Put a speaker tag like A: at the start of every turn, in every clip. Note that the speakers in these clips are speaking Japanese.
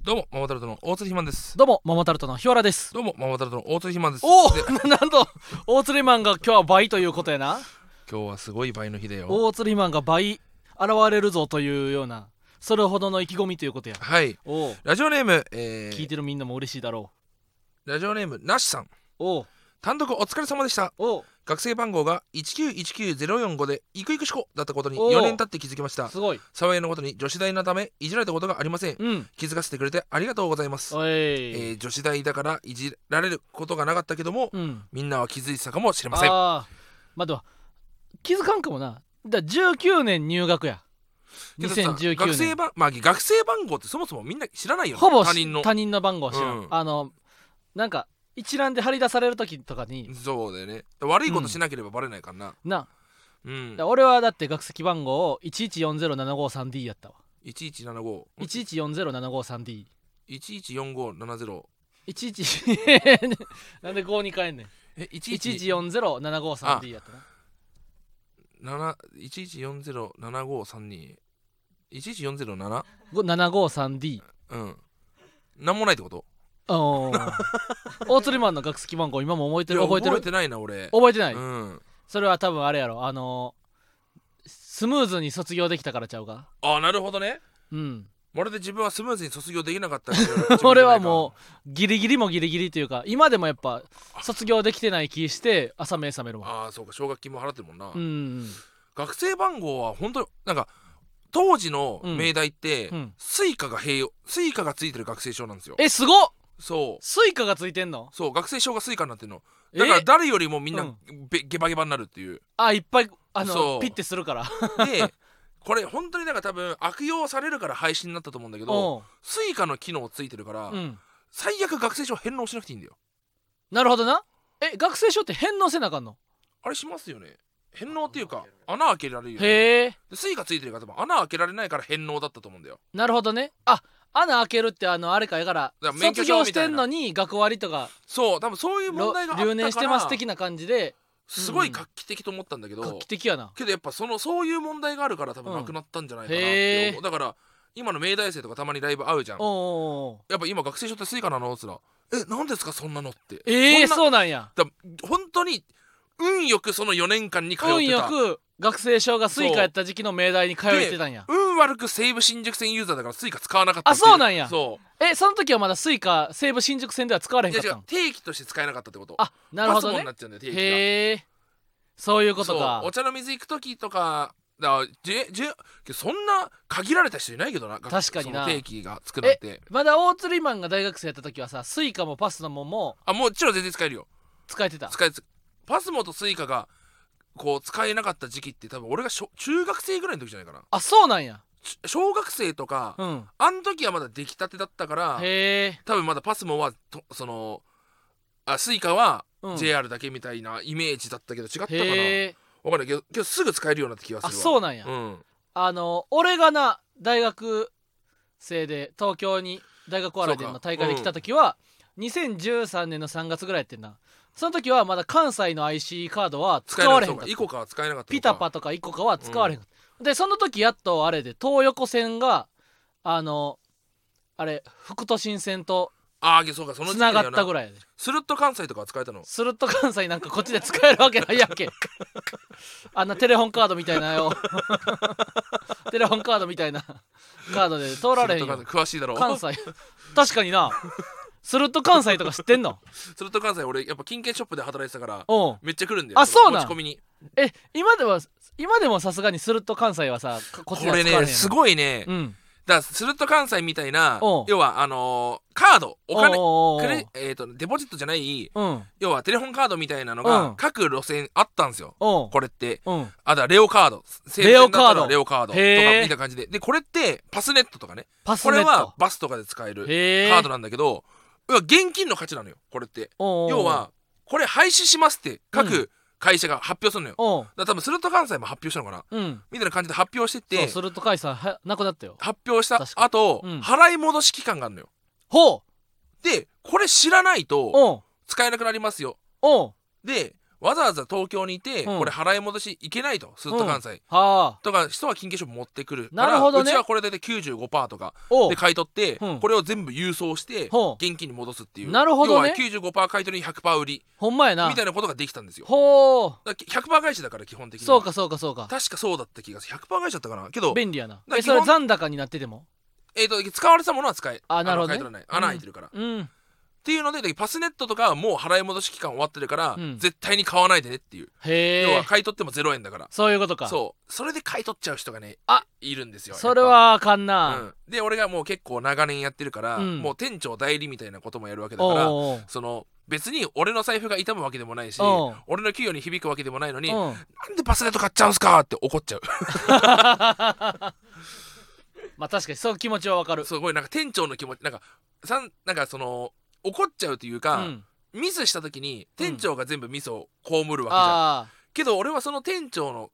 A: どうもママタルトの大鶴ひまんです
B: どうも、ママタルトの日原です。
A: どうもママタルトの大鶴ひまんです
B: おお、
A: で
B: なんと、大釣りマンが今日は倍ということやな。
A: 今日はすごい倍の日だよ
B: 大釣りマンが倍現れるぞというような、それほどの意気込みということや。
A: はい
B: おお、
A: ラジオネーム、え
B: 聞い
A: ー、
B: てるみんなも嬉しいだろ
A: ラジオネームなしさん
B: う。おお、
A: 単独お疲れ様でした
B: おお、
A: 学生番号が1919045でいくいくしこだったことに
B: おー
A: 4年経って気づきました
B: すごい。
A: 沢井のことに女子大のためいじられたことがありません
B: うん。
A: 気づかせてくれてありがとうございます、
B: おい、
A: えー、女子大だからいじられることがなかったけども
B: うん。
A: みんなは気づいてたかもしれません
B: ああ、まだ、気づかんかもな。だ、19年入学や。
A: けどさ
B: 2019
A: 学生
B: 年。
A: 番まあ学生番号ってそもそもみんな知らないよね
B: ほぼ
A: 他人の
B: 他人の番号は知らん。
A: うん
B: あの、なんか、一覧で張り出される時とかに、
A: そうだよね悪いことしなければバレないからな
B: な、
A: うん、
B: だ俺はだって学籍番号を 1140753D やったわ
A: 1175
B: 1140753D
A: 114570
B: 11なんで5に変えんねん
A: え11
B: 1140753D やったな
A: 7 11407532 11407153
B: 753D
A: うんなんもないってこと
B: おー大釣りマンの学籍番号今も覚えてる
A: いや
B: 覚えてる
A: 覚えてないな俺
B: 覚えてない、
A: うん
B: それは多分あれやろあのースムーズに卒業できたからちゃうか
A: あなるほどね
B: うん
A: まるで自分はスムーズに卒業できなかった
B: 俺はもうギリギリもギリギリというか今でもやっぱ卒業できてない気して朝目覚める
A: う
B: わ
A: ああそうか奨学金も払ってるもんな、
B: うん
A: 学生番号は本当になんか当時の命題って、
B: うんうん
A: スイカが併用スイカがついてる学生証なんですよ
B: えすごっ
A: そう
B: スイカがついてんの
A: そう学生証がスイカになってるの
B: え
A: だから誰よりもみんな、
B: うん
A: べゲバゲバになるって いう
B: あいっぱいあ
A: そう
B: のピッてするから
A: でこれ本当になんか多分悪用されるから廃止になったと思うんだけど
B: おう
A: スイカの機能ついてるから、
B: うん
A: 最悪学生証返納しなくていいんだよ
B: なるほどなえ学生証って返納せなあかんの
A: あれしますよね返納っていうか穴開けられるよ、ね、
B: へえ
A: でスイカついてるから多分穴開けられないから返納だったと思うんだよ
B: なるほどねあ穴開けるってあのあれかやから
A: だから免許
B: 卒
A: 証
B: 業してんのに学割とか
A: そう多分そういう問題があったから
B: 留年してます的な感じです
A: ごい画期的と思ったんだけど、
B: 画期的やな
A: けどやっぱそのそういう問題があるから多分
B: うん
A: なくなったんじゃないかなって思う、
B: へー
A: だから今の明大生とかたまにライブ会うじゃん
B: おうおうおう
A: やっぱ今学生証ってスイカなのっつらえなんですかそんなのって
B: ええ
A: そんな
B: そうなんや
A: だ本当に運よくその4年間に通ってた
B: 運よく学生証がスイカやった時期の命題に通ってたんや
A: 運悪く西武新宿線ユーザーだからスイカ使わなかったってい
B: あそうなんや
A: そう
B: えその時はまだスイカ西武新宿線では使われへん
A: い
B: か
A: や違
B: った
A: うん定期として使えなかったってこと
B: あなるほ
A: パス
B: ど
A: モに
B: ね
A: なっちゃうんだよ定期が
B: へえそういうことか
A: そうお茶の水行く時とかだじゅじゅけどそんな限られた人いないけどな学
B: 確かにな
A: その定期が作られて
B: まだ大釣りマンが大学生やった時はさスイカもパスモも
A: あもちろん全然使えるよ
B: 使えてた
A: 使えつパスモとスイカがこう使えなかった時期って多分俺が小中学生ぐらいの時じゃないかな
B: あそうなんや
A: ち小学生とか、
B: うん
A: あん時はまだ出来たてだったから
B: へえ
A: 多分まだパスモはとそのあスイカは
B: うん
A: JR だけみたいなイメージだったけど違ったかな、
B: へえ
A: 分かんないけどけどすぐ使えるようになった気がする
B: あ
A: わ
B: そうなんや、
A: うん
B: あの俺がな大学生で東京に大学お笑いで
A: そう
B: の
A: か
B: 大会で来た時は、2013年の3月ぐらいやってんなその時はまだ関西の IC カードは使
A: 使えな
B: わ
A: か
B: れ
A: っ
B: へ
A: たのか
B: んかっ
A: イ
B: た
A: コカは使えなかったのか
B: ピタパとかイコカは使われへんかった、でその時やっとあれで東横線があのあれ副都心線と
A: ああそうかその
B: つ
A: 時
B: ながったぐ
A: らい
B: らいやで
A: スルッと関西とかは使えたの
B: スルッと関西なんかこっちで使えるわけないや んけあんなテレホンカードみたいなよ テレホンカードみたいなカードで通られへん
A: スルッと
B: よ
A: 関西詳しいだろ
B: 関西確かになスルッと関西とか知っ てんの
A: スルッと関西俺やっぱ金券ショップで働いてたから
B: おう
A: めっちゃ来るんだよ
B: あそうなん
A: 持ち込みに
B: え今では今でもさすがにスルッと関西はさか
A: こ
B: こっちでは使
A: れ
B: われへん
A: ね
B: の
A: すごいね、
B: うん
A: だからスルッと関西みたいな
B: おう
A: 要はあのーカードお金
B: おうおうおう
A: クレえー、とデポジットじゃない
B: うん
A: 要はテレホンカードみたいなの
B: う
A: が
B: ん
A: 各路線あったんですよ、
B: おう
A: これって
B: うん
A: あだからレオカード西武
B: レオカード
A: 線だったらレオカードとかみ
B: へー
A: たいな感じででこれってパスネットとかね
B: パス
A: こ
B: ネッ
A: れ
B: ト
A: はバスとかで使える
B: へえ
A: カードなんだけど要は現金の価値なのよこれって
B: おうおう
A: 要はこれ廃止しますって
B: う
A: 各会社が発表するのよ、だか
B: おう
A: ら多分スルット関西も発表したのかな
B: うん
A: みたいな感じで発表してって
B: そうスルッと関西はなくなったよ
A: 発表した
B: 確かに
A: 後、
B: うん
A: 払い戻し期間があるのよ
B: ほう
A: でこれ知らないと
B: おう
A: 使えなくなりますよ
B: おう
A: でわざわざ東京にいて、
B: うん
A: これ払い戻しいけないとスッと関西、
B: はあ
A: とか人は金券ショップ持ってくるから
B: なるほどね
A: うちはこれで95%とか
B: おう
A: で買い取って、
B: うん
A: これを全部郵送して
B: ほう
A: 現金に戻すっていう
B: なるほどね
A: 要は95%買い取りに100%売り
B: ほんまやな
A: みたいなことができたんですよ
B: ほう
A: だから100%返しだから基本的には
B: そうかそうかそうか
A: 確かそうだった気がする100%返しだったかなけど、
B: 便利やな
A: だから
B: え
A: 基
B: そ
A: 本
B: れ残高になってても
A: えー、と使われてたものは使え
B: あなるほどね
A: あの買い取らない穴開いてるから、っ
B: うん
A: ていうのででパスネットとかはもう払い戻し期間終わってるから、
B: うん
A: 絶対に買わないでねっていう、
B: へ
A: 要は
B: え
A: 買い取っても0円だから
B: そういうことか
A: そうそれで買い取っちゃう人がね
B: あ
A: いるんですよ
B: それ
A: やっぱ
B: はあかん
A: う、
B: なん
A: で俺がもう結構長年やってるから、
B: うん
A: もう店長代理みたいなこともやるわけだ
B: おう
A: から
B: おう
A: その別に俺の財布が痛むわけでもないし
B: おう
A: 俺の給与に響くわけでもないのに、
B: お
A: な
B: う
A: んでパスネット買っちゃうんすかって怒っちゃう
B: まあ確かにそう気持ちはわかる
A: すごいなんか店長の気持ちなんかさんなんかその怒っちゃうという
B: う
A: か、
B: ん
A: ミスした時に店長が全部ミスを被るわけじゃん、
B: あ
A: けど俺はその店長の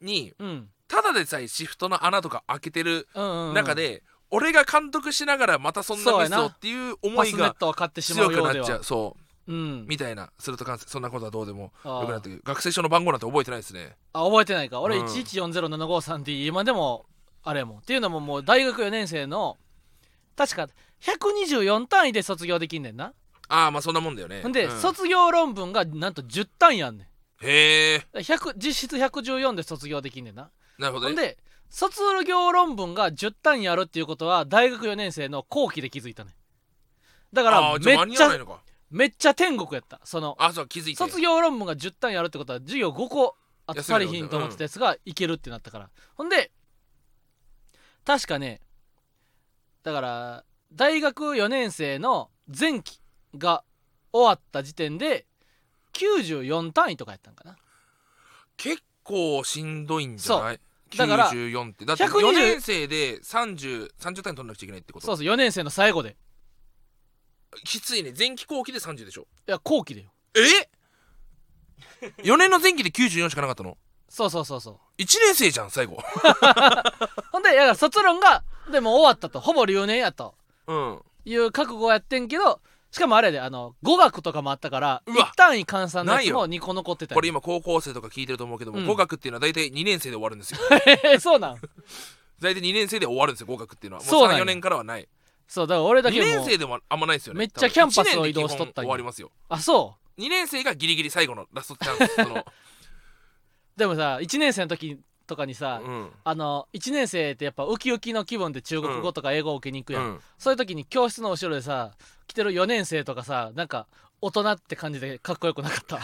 A: に
B: あうん
A: ただでさえシフトの穴とか開けてる
B: うんうんうん
A: 中で、俺が監督しながらまたそんなミスをっていう思
B: パ
A: い
B: スネッ
A: が
B: トは買ってしま
A: 強
B: う
A: く
B: ようで
A: なっちゃ
B: は
A: うそう
B: うん
A: みたいなすると関西そんなことはどうでも
B: あ
A: よくなって
B: ー
A: くる学生証の番号なんて覚えてないですね
B: あ覚えてないか俺
A: うん
B: 1140753って今でもあれやもんっていうのももう大学4年生の確か124単位で卒業できんねんな
A: ああまあそんなもんだよね
B: ほんで、
A: うん
B: 卒業論文がなんと10単位あんねん
A: へえ
B: だから100実質114で卒業できんねんな
A: なるほど
B: ほん
A: ね
B: で卒業論文が10単位あるっていうことは大学4年生の後期で気づいたねだか
A: あ
B: ら
A: あじゃあ間
B: めっ
A: に
B: ち
A: 合わな
B: ゃ
A: いのか
B: めっちゃ天国やったその
A: あそう気づいて
B: 卒業論文が10単位あるってことは授業5個あった
A: 休め
B: り
A: る
B: ひんと思ってたやつがいけるってなったから、ほんで確かねだから大学4年生の前期が終わった時点で94単位とかやったんかな
A: 結構しんどいんじゃない
B: だから
A: 94ってだって
B: 120
A: 4年生で3030単位取らなくちゃいけないってこと
B: そうそう4年生の最後で
A: きついね前期後期で30でしょ
B: いや後期でよ
A: え4年の前期で94しかなかったの
B: そうそうそうそう
A: 1年生じゃん最後
B: ほんでだから卒論がでもう終わったとほぼ留年やと
A: うん
B: いう覚悟はやってんけどしかもあれやであの語学とかもあったから
A: うわ
B: 1単位換算のや
A: ない
B: つ
A: よ
B: も2個残ってたんよ
A: これ今高校生とか聞いてると思うけども、
B: うん
A: 語学っていうのは大体2年生で終わるん ですよ
B: えーそうなん
A: 大体2年生で終わるんですよ合格っていうのはもう
B: そうなんや
A: 34年からはない
B: そうだから俺だ
A: 2
B: けも
A: 年
B: う
A: 生でもあんまないですよね
B: めっちゃキャンパスを移動しとった
A: 多分一年で基本
B: んや
A: 終わりますよ
B: あそ
A: 2年生がギリギリ最後のラストチャンスそ の、
B: うでもさ1年生の時とかにさ、
A: うん
B: あの1年生ってやっぱウキウキの気分で中国語とか英語を受けに行く
A: う
B: やん、
A: ん、
B: そういう時に教室の後ろでさ来てる4年生とかさなんか大人って感じでかっこよくなか った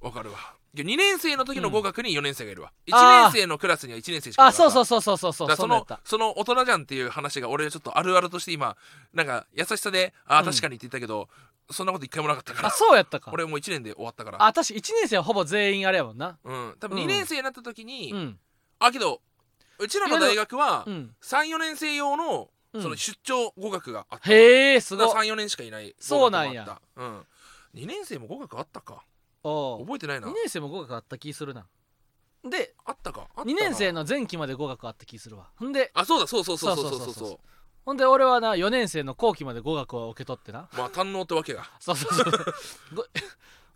A: わかるわ2年生の時の合格に4年生がいるわ、一
B: あー
A: 1年生のクラスには1年生しかいな
B: あ
A: かった
B: そうそうそうそうそうそ
A: だからそ
B: うそんなんや
A: の
B: った
A: その大人じゃんっていう話が俺ちょっとあるあるとして今なんか優しさでああ
B: うん
A: 確かにって言ったけど、そんなこと一回もなかったか
B: あ
A: ら
B: そうやったか
A: 俺もう1年で終わったから
B: あ私1年生はほぼ全員あれやもんな
A: うん多分
B: うん
A: 2年生になった時に、
B: うん
A: あけどうちらの大学は
B: うん
A: 34年生用の
B: うん
A: その出張語学があった、
B: へえすごい
A: 34年しかいない
B: そうなん
A: 語学
B: や
A: があった、うん、2年生も語学あったか
B: おう
A: 覚えてないな
B: 2年生も語学あった気するなで
A: あったかあったな
B: 2年生の前期まで語学あった気するわほんで
A: あそうだそうそうそうそう
B: そ
A: そうう
B: そ
A: そうう
B: そうそ
A: そう
B: ほんで俺はな4年生の後期まで語学を受け取ってな
A: まあ堪能ってわけが
B: そうそうそう ご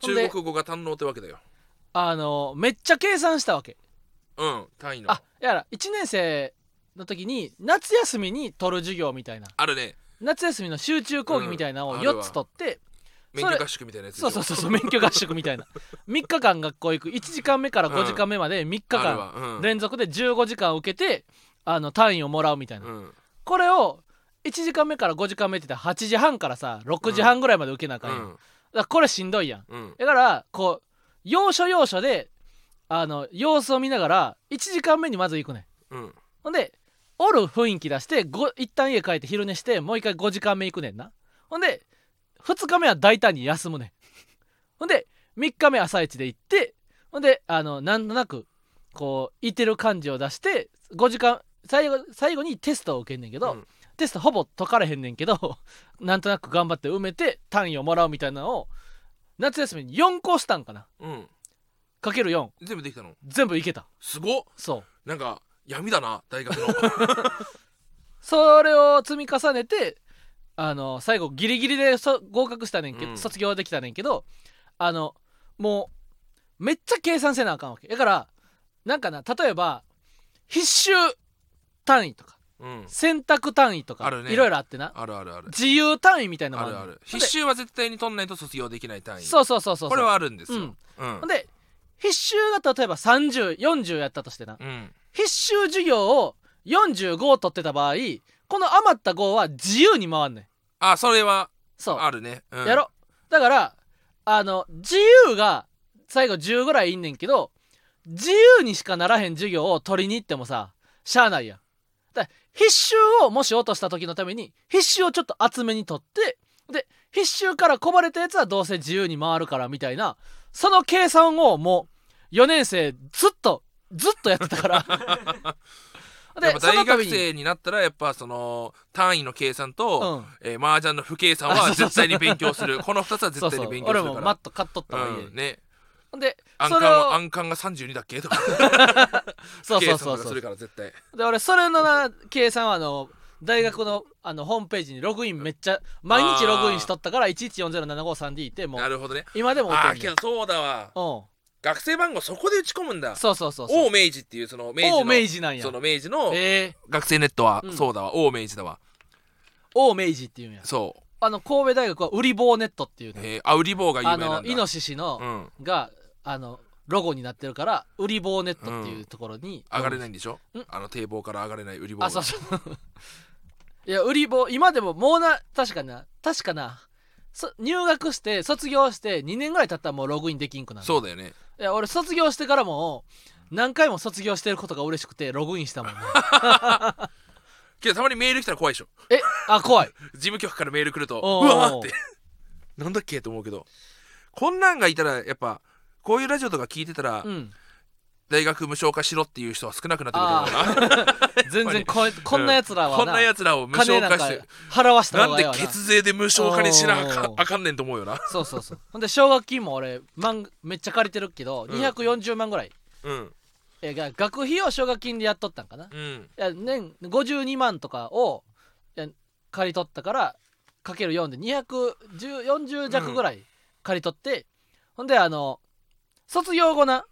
B: ほんで
A: 中国語が堪能ってわけだよ
B: あのめっちゃ計算したわけ
A: うん単位の
B: あやら1年生の時に夏休みに取る授業みたいな
A: あるね
B: 夏休みの集中講義みたいなの
A: う
B: を
A: んあるわ
B: 4つ取って、
A: 免許合宿みたいなやつでし
B: そ
A: ょ
B: うそうそうそう免許合宿 みたいな3日間学校行く1時間目から5時間目まで3日
A: ある
B: 間
A: わうん
B: 連続で15時間受けてあの単位をもらうみたいな、
A: うん
B: これを1時間目から5時間目って言ったら8時半からさ6時半ぐらいまで受けなあか
A: うん
B: やん、だか
A: ん
B: らこれしんどいやん
A: うん
B: だからこう要所要所であの様子を見ながら1時間目にまず行くねん
A: うん
B: ほんでおる雰囲気出してご一旦家帰って昼寝してもう一回5時間目行くねんなほんで2日目は大胆に休むねんほんで3日目朝一で行ってほんであのなんとなくこういてる感じを出して5時間最後最後にテストを受けんねんけど、
A: うん
B: テストほぼ解かれへんねんけど なんとなく頑張って埋めて単位をもらうみたいなのを夏休みに4個したんかな
A: うん
B: かける4
A: 全部できたの
B: 全部いけた
A: すごっ
B: そう
A: なんか闇だな大学の
B: それを積み重ねてあの最後ギリギリでそ合格したねんけど、
A: うん
B: 卒業できたねんけどあのもうめっちゃ計算せなあかんわけだからなんかな例えば必修単位とか
A: うん
B: 選択単位とか
A: あるね
B: いろいろあってな
A: あるあるある
B: 自由単位みたいなの
A: あ
B: もあ
A: る
B: るの
A: ある必修は絶対に取んないと卒業できない単位
B: そうそうそうそうそう
A: これはあるんですよ、
B: う
A: うんん
B: ほんで必修が例えば3040やったとしてな
A: うん
B: 必修授業を45取ってた場合この余った5は自由に回んねん
A: あそれは
B: そう
A: あるね、うん
B: やろだからあの自由が最後10ぐらいいんねんけど自由にしかならへん授業を取りに行ってもさしゃあないやんだから必修をもし落とした時のために必修をちょっと厚めに取ってで必修からこぼれたやつはどうせ自由に回るからみたいなその計算をもう4年生ずっとずっとやってたから
A: やっぱ
B: その
A: 大
B: 度
A: 学
B: に
A: 生になったらやっぱその単位の計算
B: う
A: と、
B: ん
A: えー、麻雀の不計算は絶対に勉強するこの2つは
B: そ
A: 絶
B: う
A: 対
B: そ
A: に
B: う
A: 勉強す
B: 俺
A: る
B: も
A: か
B: マッ
A: ら
B: ト買っとったわ、家
A: うん、
B: に
A: ね
B: ほんで
A: 暗
B: そ
A: 管
B: れを
A: は暗管が32だっけとか
B: そう
A: 計
B: そ
A: 算
B: うそ
A: と
B: う
A: かす
B: そう
A: るから絶対
B: で俺それのな計算はあの大学のあのホームページにログインめっちゃ毎日ログインしとったから1140753D っても
A: な
B: う
A: るほどね
B: 今でも追
A: ああ
B: っ
A: ー
B: てん
A: け
B: ねん
A: どそうだわ
B: うん
A: 学生番号そこで打ち込むんだ
B: そうそうそうそう
A: 王明治っていうその明治の
B: 王明治なんや
A: その明治の
B: ええ
A: 学生ネットは
B: うん
A: そうだわ王明治だわ
B: 王明治っていうんや
A: そう
B: あの神戸大学はウリボーネットっていうね
A: えー、あウリボーが有
B: あ
A: 名な
B: の
A: ん
B: イ
A: だ
B: ノシシの
A: うん
B: があのロゴになってるからウリボーネットっていうところに
A: 上がれない
B: い
A: んでしょ
B: うん
A: あの堤防から上がれないウリボー
B: あそうそう いやウリボー今でももうな確かな確かなそ入学して卒業して2年ぐらい経ったらもうログインできんくなる
A: そうだよね
B: いや俺卒業してからも何回も卒業してることが嬉しくてログインしたもん、 ね、
A: けどたまにメール来たら怖いでしょ
B: えあ怖い
A: 事務局からメール来ると
B: おー
A: うわーってなんだっけと思うけどこんなんがいたらやっぱこういうラジオとか聞いてたら、
B: うん
A: 大学無償化しろっていう人は少なくなって
B: あ
A: くるだろうな
B: 全然こいこんなやつらはな、
A: こんなやつらを無
B: 金
A: 償
B: なん
A: 化
B: か
A: して
B: 払わした
A: な
B: 方
A: ん
B: がいい
A: で
B: わな
A: 血税で無償化にしなあか
B: おー
A: あかんねんと思うよな
B: そうそうそうほんで奨学金も俺漫画めっちゃ借りてるけど、
A: ん
B: 240万ぐらい
A: うん
B: えが学費を奨学金でやっとったんかな、い
A: うん
B: や年52万とかをいや借り取ったからかける4で240弱ぐらい借り取って、ほんであの卒業後な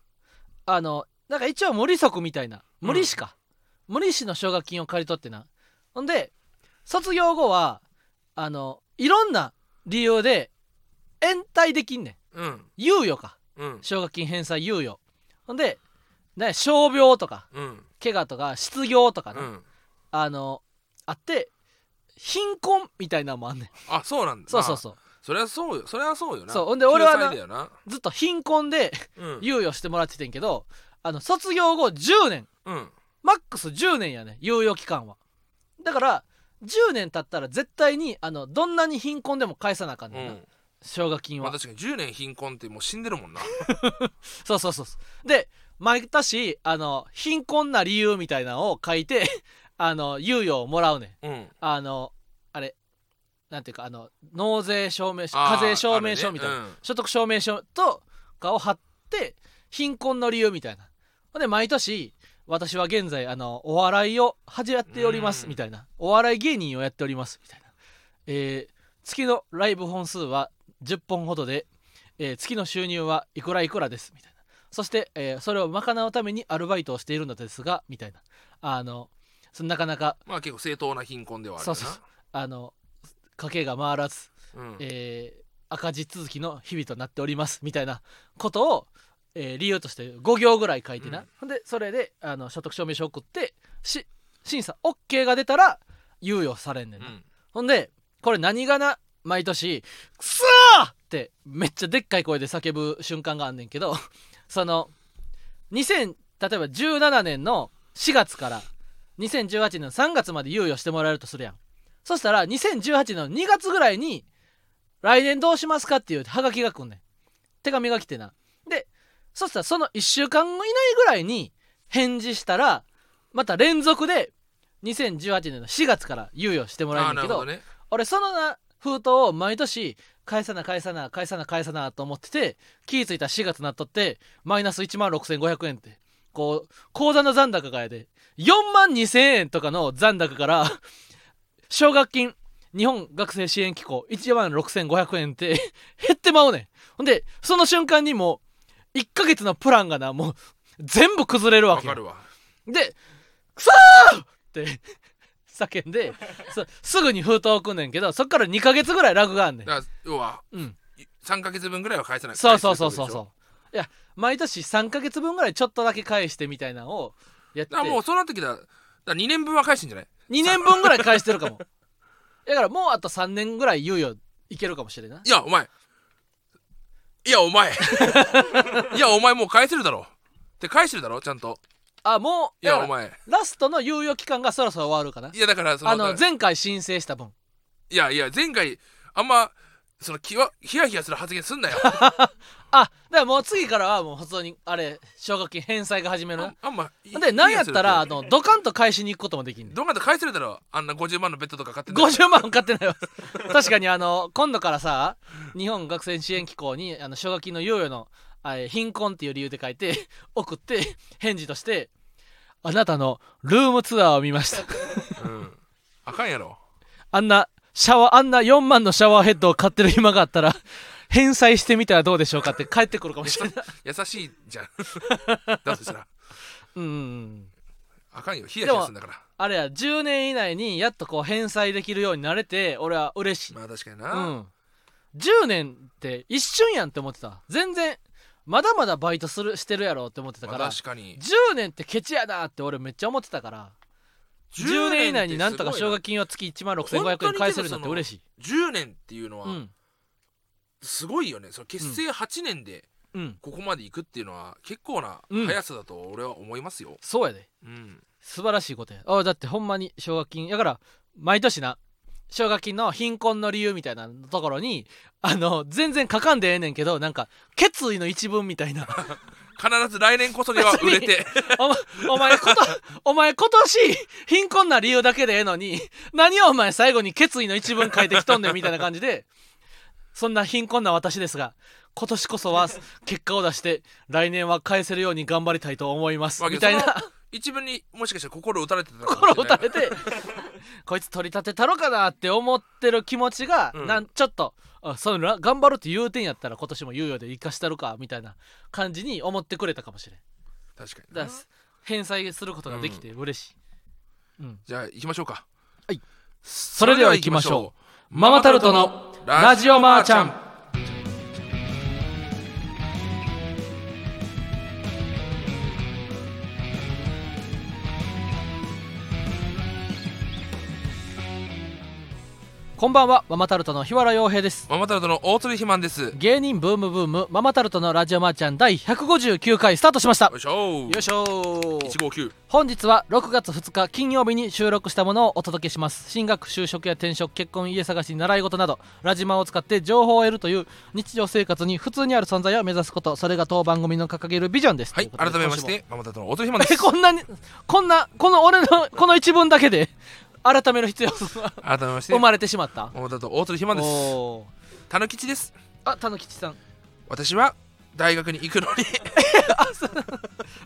B: あのなんか一応無利息みたいな無利子か、無利子の奨学金を借り取ってなほんで卒業後はあのいろんな理由で延滞できんねん
A: うん
B: 猶予か
A: うん
B: 奨学金返済猶予ほんでね傷病とか
A: うん
B: 怪我とか失業とか
A: う
B: な、
A: ん
B: あのあって貧困みたいなのもあんねん
A: あそうなんだ
B: そうそう
A: う
B: そう
A: それはそうよそれはそうよな
B: そうほんで俺はな
A: 救済だよな
B: ずっと貧困で
A: うん
B: 猶予してもらっててんけどあの卒業後10年
A: うん
B: マックス10年やね猶予期間はだから10年経ったら絶対にあのどんなに貧困でも返さなあかん
A: う
B: ねんな、
A: ん
B: 奨学金
A: まあ
B: は
A: 確かに10年貧困ってもう死んでるもんな
B: そうそうそうそうで毎年あの貧困な理由みたいなのを書いて あの猶予をもらうねん
A: うん
B: あのあれなんていうかあの納税証明書
A: あー
B: 課税証明書みたいな、
A: あるね
B: 所得証明書とかを貼って貧困の理由みたいなほんで毎年私は現在あのお笑いを始めております
A: うん
B: みたいなお笑い芸人をやっておりますみたいな、えー月のライブ本数は10本ほどで、えー月の収入はいくらいくらですみたいなそして、えーそれを賄うためにアルバイトをしているのですがみたいなあのそのなかなか
A: うんまあ結構正当な貧困ではある
B: そ
A: よ
B: う
A: な
B: そうそうあの家計が回らず、
A: うん
B: えー赤字続きの日々となっておりますみたいなことを、えー理由として5行ぐらい書いてな、
A: うん
B: ほんでそれであの所得証明書送ってし審査 OK が出たら猶予されんねん
A: う
B: な、
A: ん
B: ほんでこれ何がな毎年「くそー!」ってめっちゃでっかい声で叫ぶ瞬間があんねんけど その2000例えば17年の4月から2018年の3月まで猶予してもらえるとするやんそしたら2018年の2月ぐらいに「来年どうしますか?」っていうハガキが来んねん手紙が来てなでそしたらその1週間以内ぐらいに返事したらまた連続で2018年の4月から猶予してもらえ
A: あ
B: る
A: あなる
B: んだけど
A: ほどね
B: 俺そのな封筒を毎年返さな返さな返さな返さなと思ってて気ぃついたら4月になっとってマイナス1万6500円ってこう口座の残高がやで4万2000円とかの残高から奨学金日本学生支援機構1万6500円って減ってまうねんほんでその瞬間にもう1ヶ月のプランがなもう全部崩れるわ
A: わ
B: け
A: か
B: よ
A: るわ
B: で「くそー!」って叫んでそすぐに封筒送んねんけどそっから2ヶ月ぐらいラグがあんねん
A: だから要は
B: うん
A: 3ヶ月分ぐらいは返さない
B: そうそうそうそう
A: 返せないってことでしょ
B: そういや毎年3ヶ月分ぐらいちょっとだけ返してみたいなのをやって
A: だからもうその時だだから2年分は返してんじゃない
B: 2年分ぐらい返してるかも だからもうあと3年ぐらい猶予いけるかもしれんない
A: いやお前いやお 前いやお前もう返せるだろって返してるだろちゃんと
B: あもう
A: い
B: だか
A: や
B: ら
A: お前
B: ラストの猶予期間がそろそろ終わるかない
A: やだからそのだ
B: あの
A: から
B: 前回申請した分
A: いやいや前回あんまそのきわヒヤヒヤする発言すん なよ
B: あだからもう次からはもう普通にあれ奨学金返済が始める
A: ああんま
B: でなんやったらあ
A: ど
B: のドカンと返しに行くこともできんねん
A: うかって返せるだろあんな50万のベッドとか買ってんだから
B: 50万買ってないわ 確かにあの今度からさ日本学生支援機構にあの奨学金の猶予のあえ貧困っていう理由で書いて 送って返事として「あなたのルームツアーを見ました
A: うんあかんやろ」
B: あんなシャワーあんな4万のシャワーヘッドを買ってる暇があったら返済してみたらどうでしょうかって帰ってくるかもしれない
A: 優 しいじゃんだとしたら
B: うんうんうん
A: あかんよヒヤヒヤするんだから
B: あれや10年以内にやっとこう返済できるようになれて俺は嬉しい
A: まあ確かに
B: う
A: な、
B: ん、10年って一瞬やんって思ってた全然まだまだバイトするしてるやろって思ってた
A: ま
B: か
A: あ、
B: ら
A: 確かに
B: 10年ってケチやなって俺めっちゃ思ってたから10年以内になんとか奨学金を月1万6500円返せるなんて嬉しい
A: 金10年っていうの
B: う
A: は
B: ん
A: すごいよね、その結成8年で
B: うん
A: ここまで行くっていうのは結構な
B: うん
A: 速さだと俺は思いますよ、
B: そうやで
A: うん
B: 素晴らしいことやあだってほんまに奨学金やから毎年な奨学金の貧困の理由みたいなところにあの全然書かんでええねんけどなんか決意の一文みたいな
A: 必ず来年こそ には売れて
B: お前お前こと、お前今年貧困な理由だけでええのに、何をお前最後に決意の一文書いてきとんねんみたいな感じで、そんな貧困な私ですが、今年こそは結果を出して、来年は返せるように頑張りたいと思います。
A: まあ
B: みたい
A: その
B: な
A: 一文にもしかしたら心打たれてたのかもしれ
B: 心
A: ない
B: を打たれて、こいつ取り立てたろかなって思ってる気持ちが、
A: うん
B: なんちょっと、あそういうのな頑張るって言うてんやったら今年も猶予で生かしたるかみたいな感じに思ってくれたかもしれん。
A: 確かに
B: だ
A: な
B: から返済することができて嬉しい。
A: じゃあ行きましょうか
B: はい
A: そ
B: れでは行きましょ
A: う
B: ママタルトのラジオマーちゃんこんばんはママタルトの日原洋平です
A: ママタルトの大鳥ひまんですよ
B: 芸人ブームブームママタルトのラジオマーちゃん第159回スタートしましたよ
A: いしょ
B: いしょー
A: 159
B: 本日は6月2日金曜日に収録したものをお届けします進学就職や転職結婚家探し習い事などラジマを使って情報を得るという日常生活に普通にある存在を目指すことそれが当番組の掲げるビジョンです
A: はい
B: とうこと
A: 改
B: で
A: めましてママタルトの大鳥ひまんで
B: え
A: す
B: こんなにこんなこの俺のこの一文だけで改める必要性が
A: 改めまして
B: 生
A: マ
B: まれてしまった
A: マタルト大鳥ひまんです
B: おー
A: たぬきちです
B: あたぬきちさん
A: 私は大学に行くのに、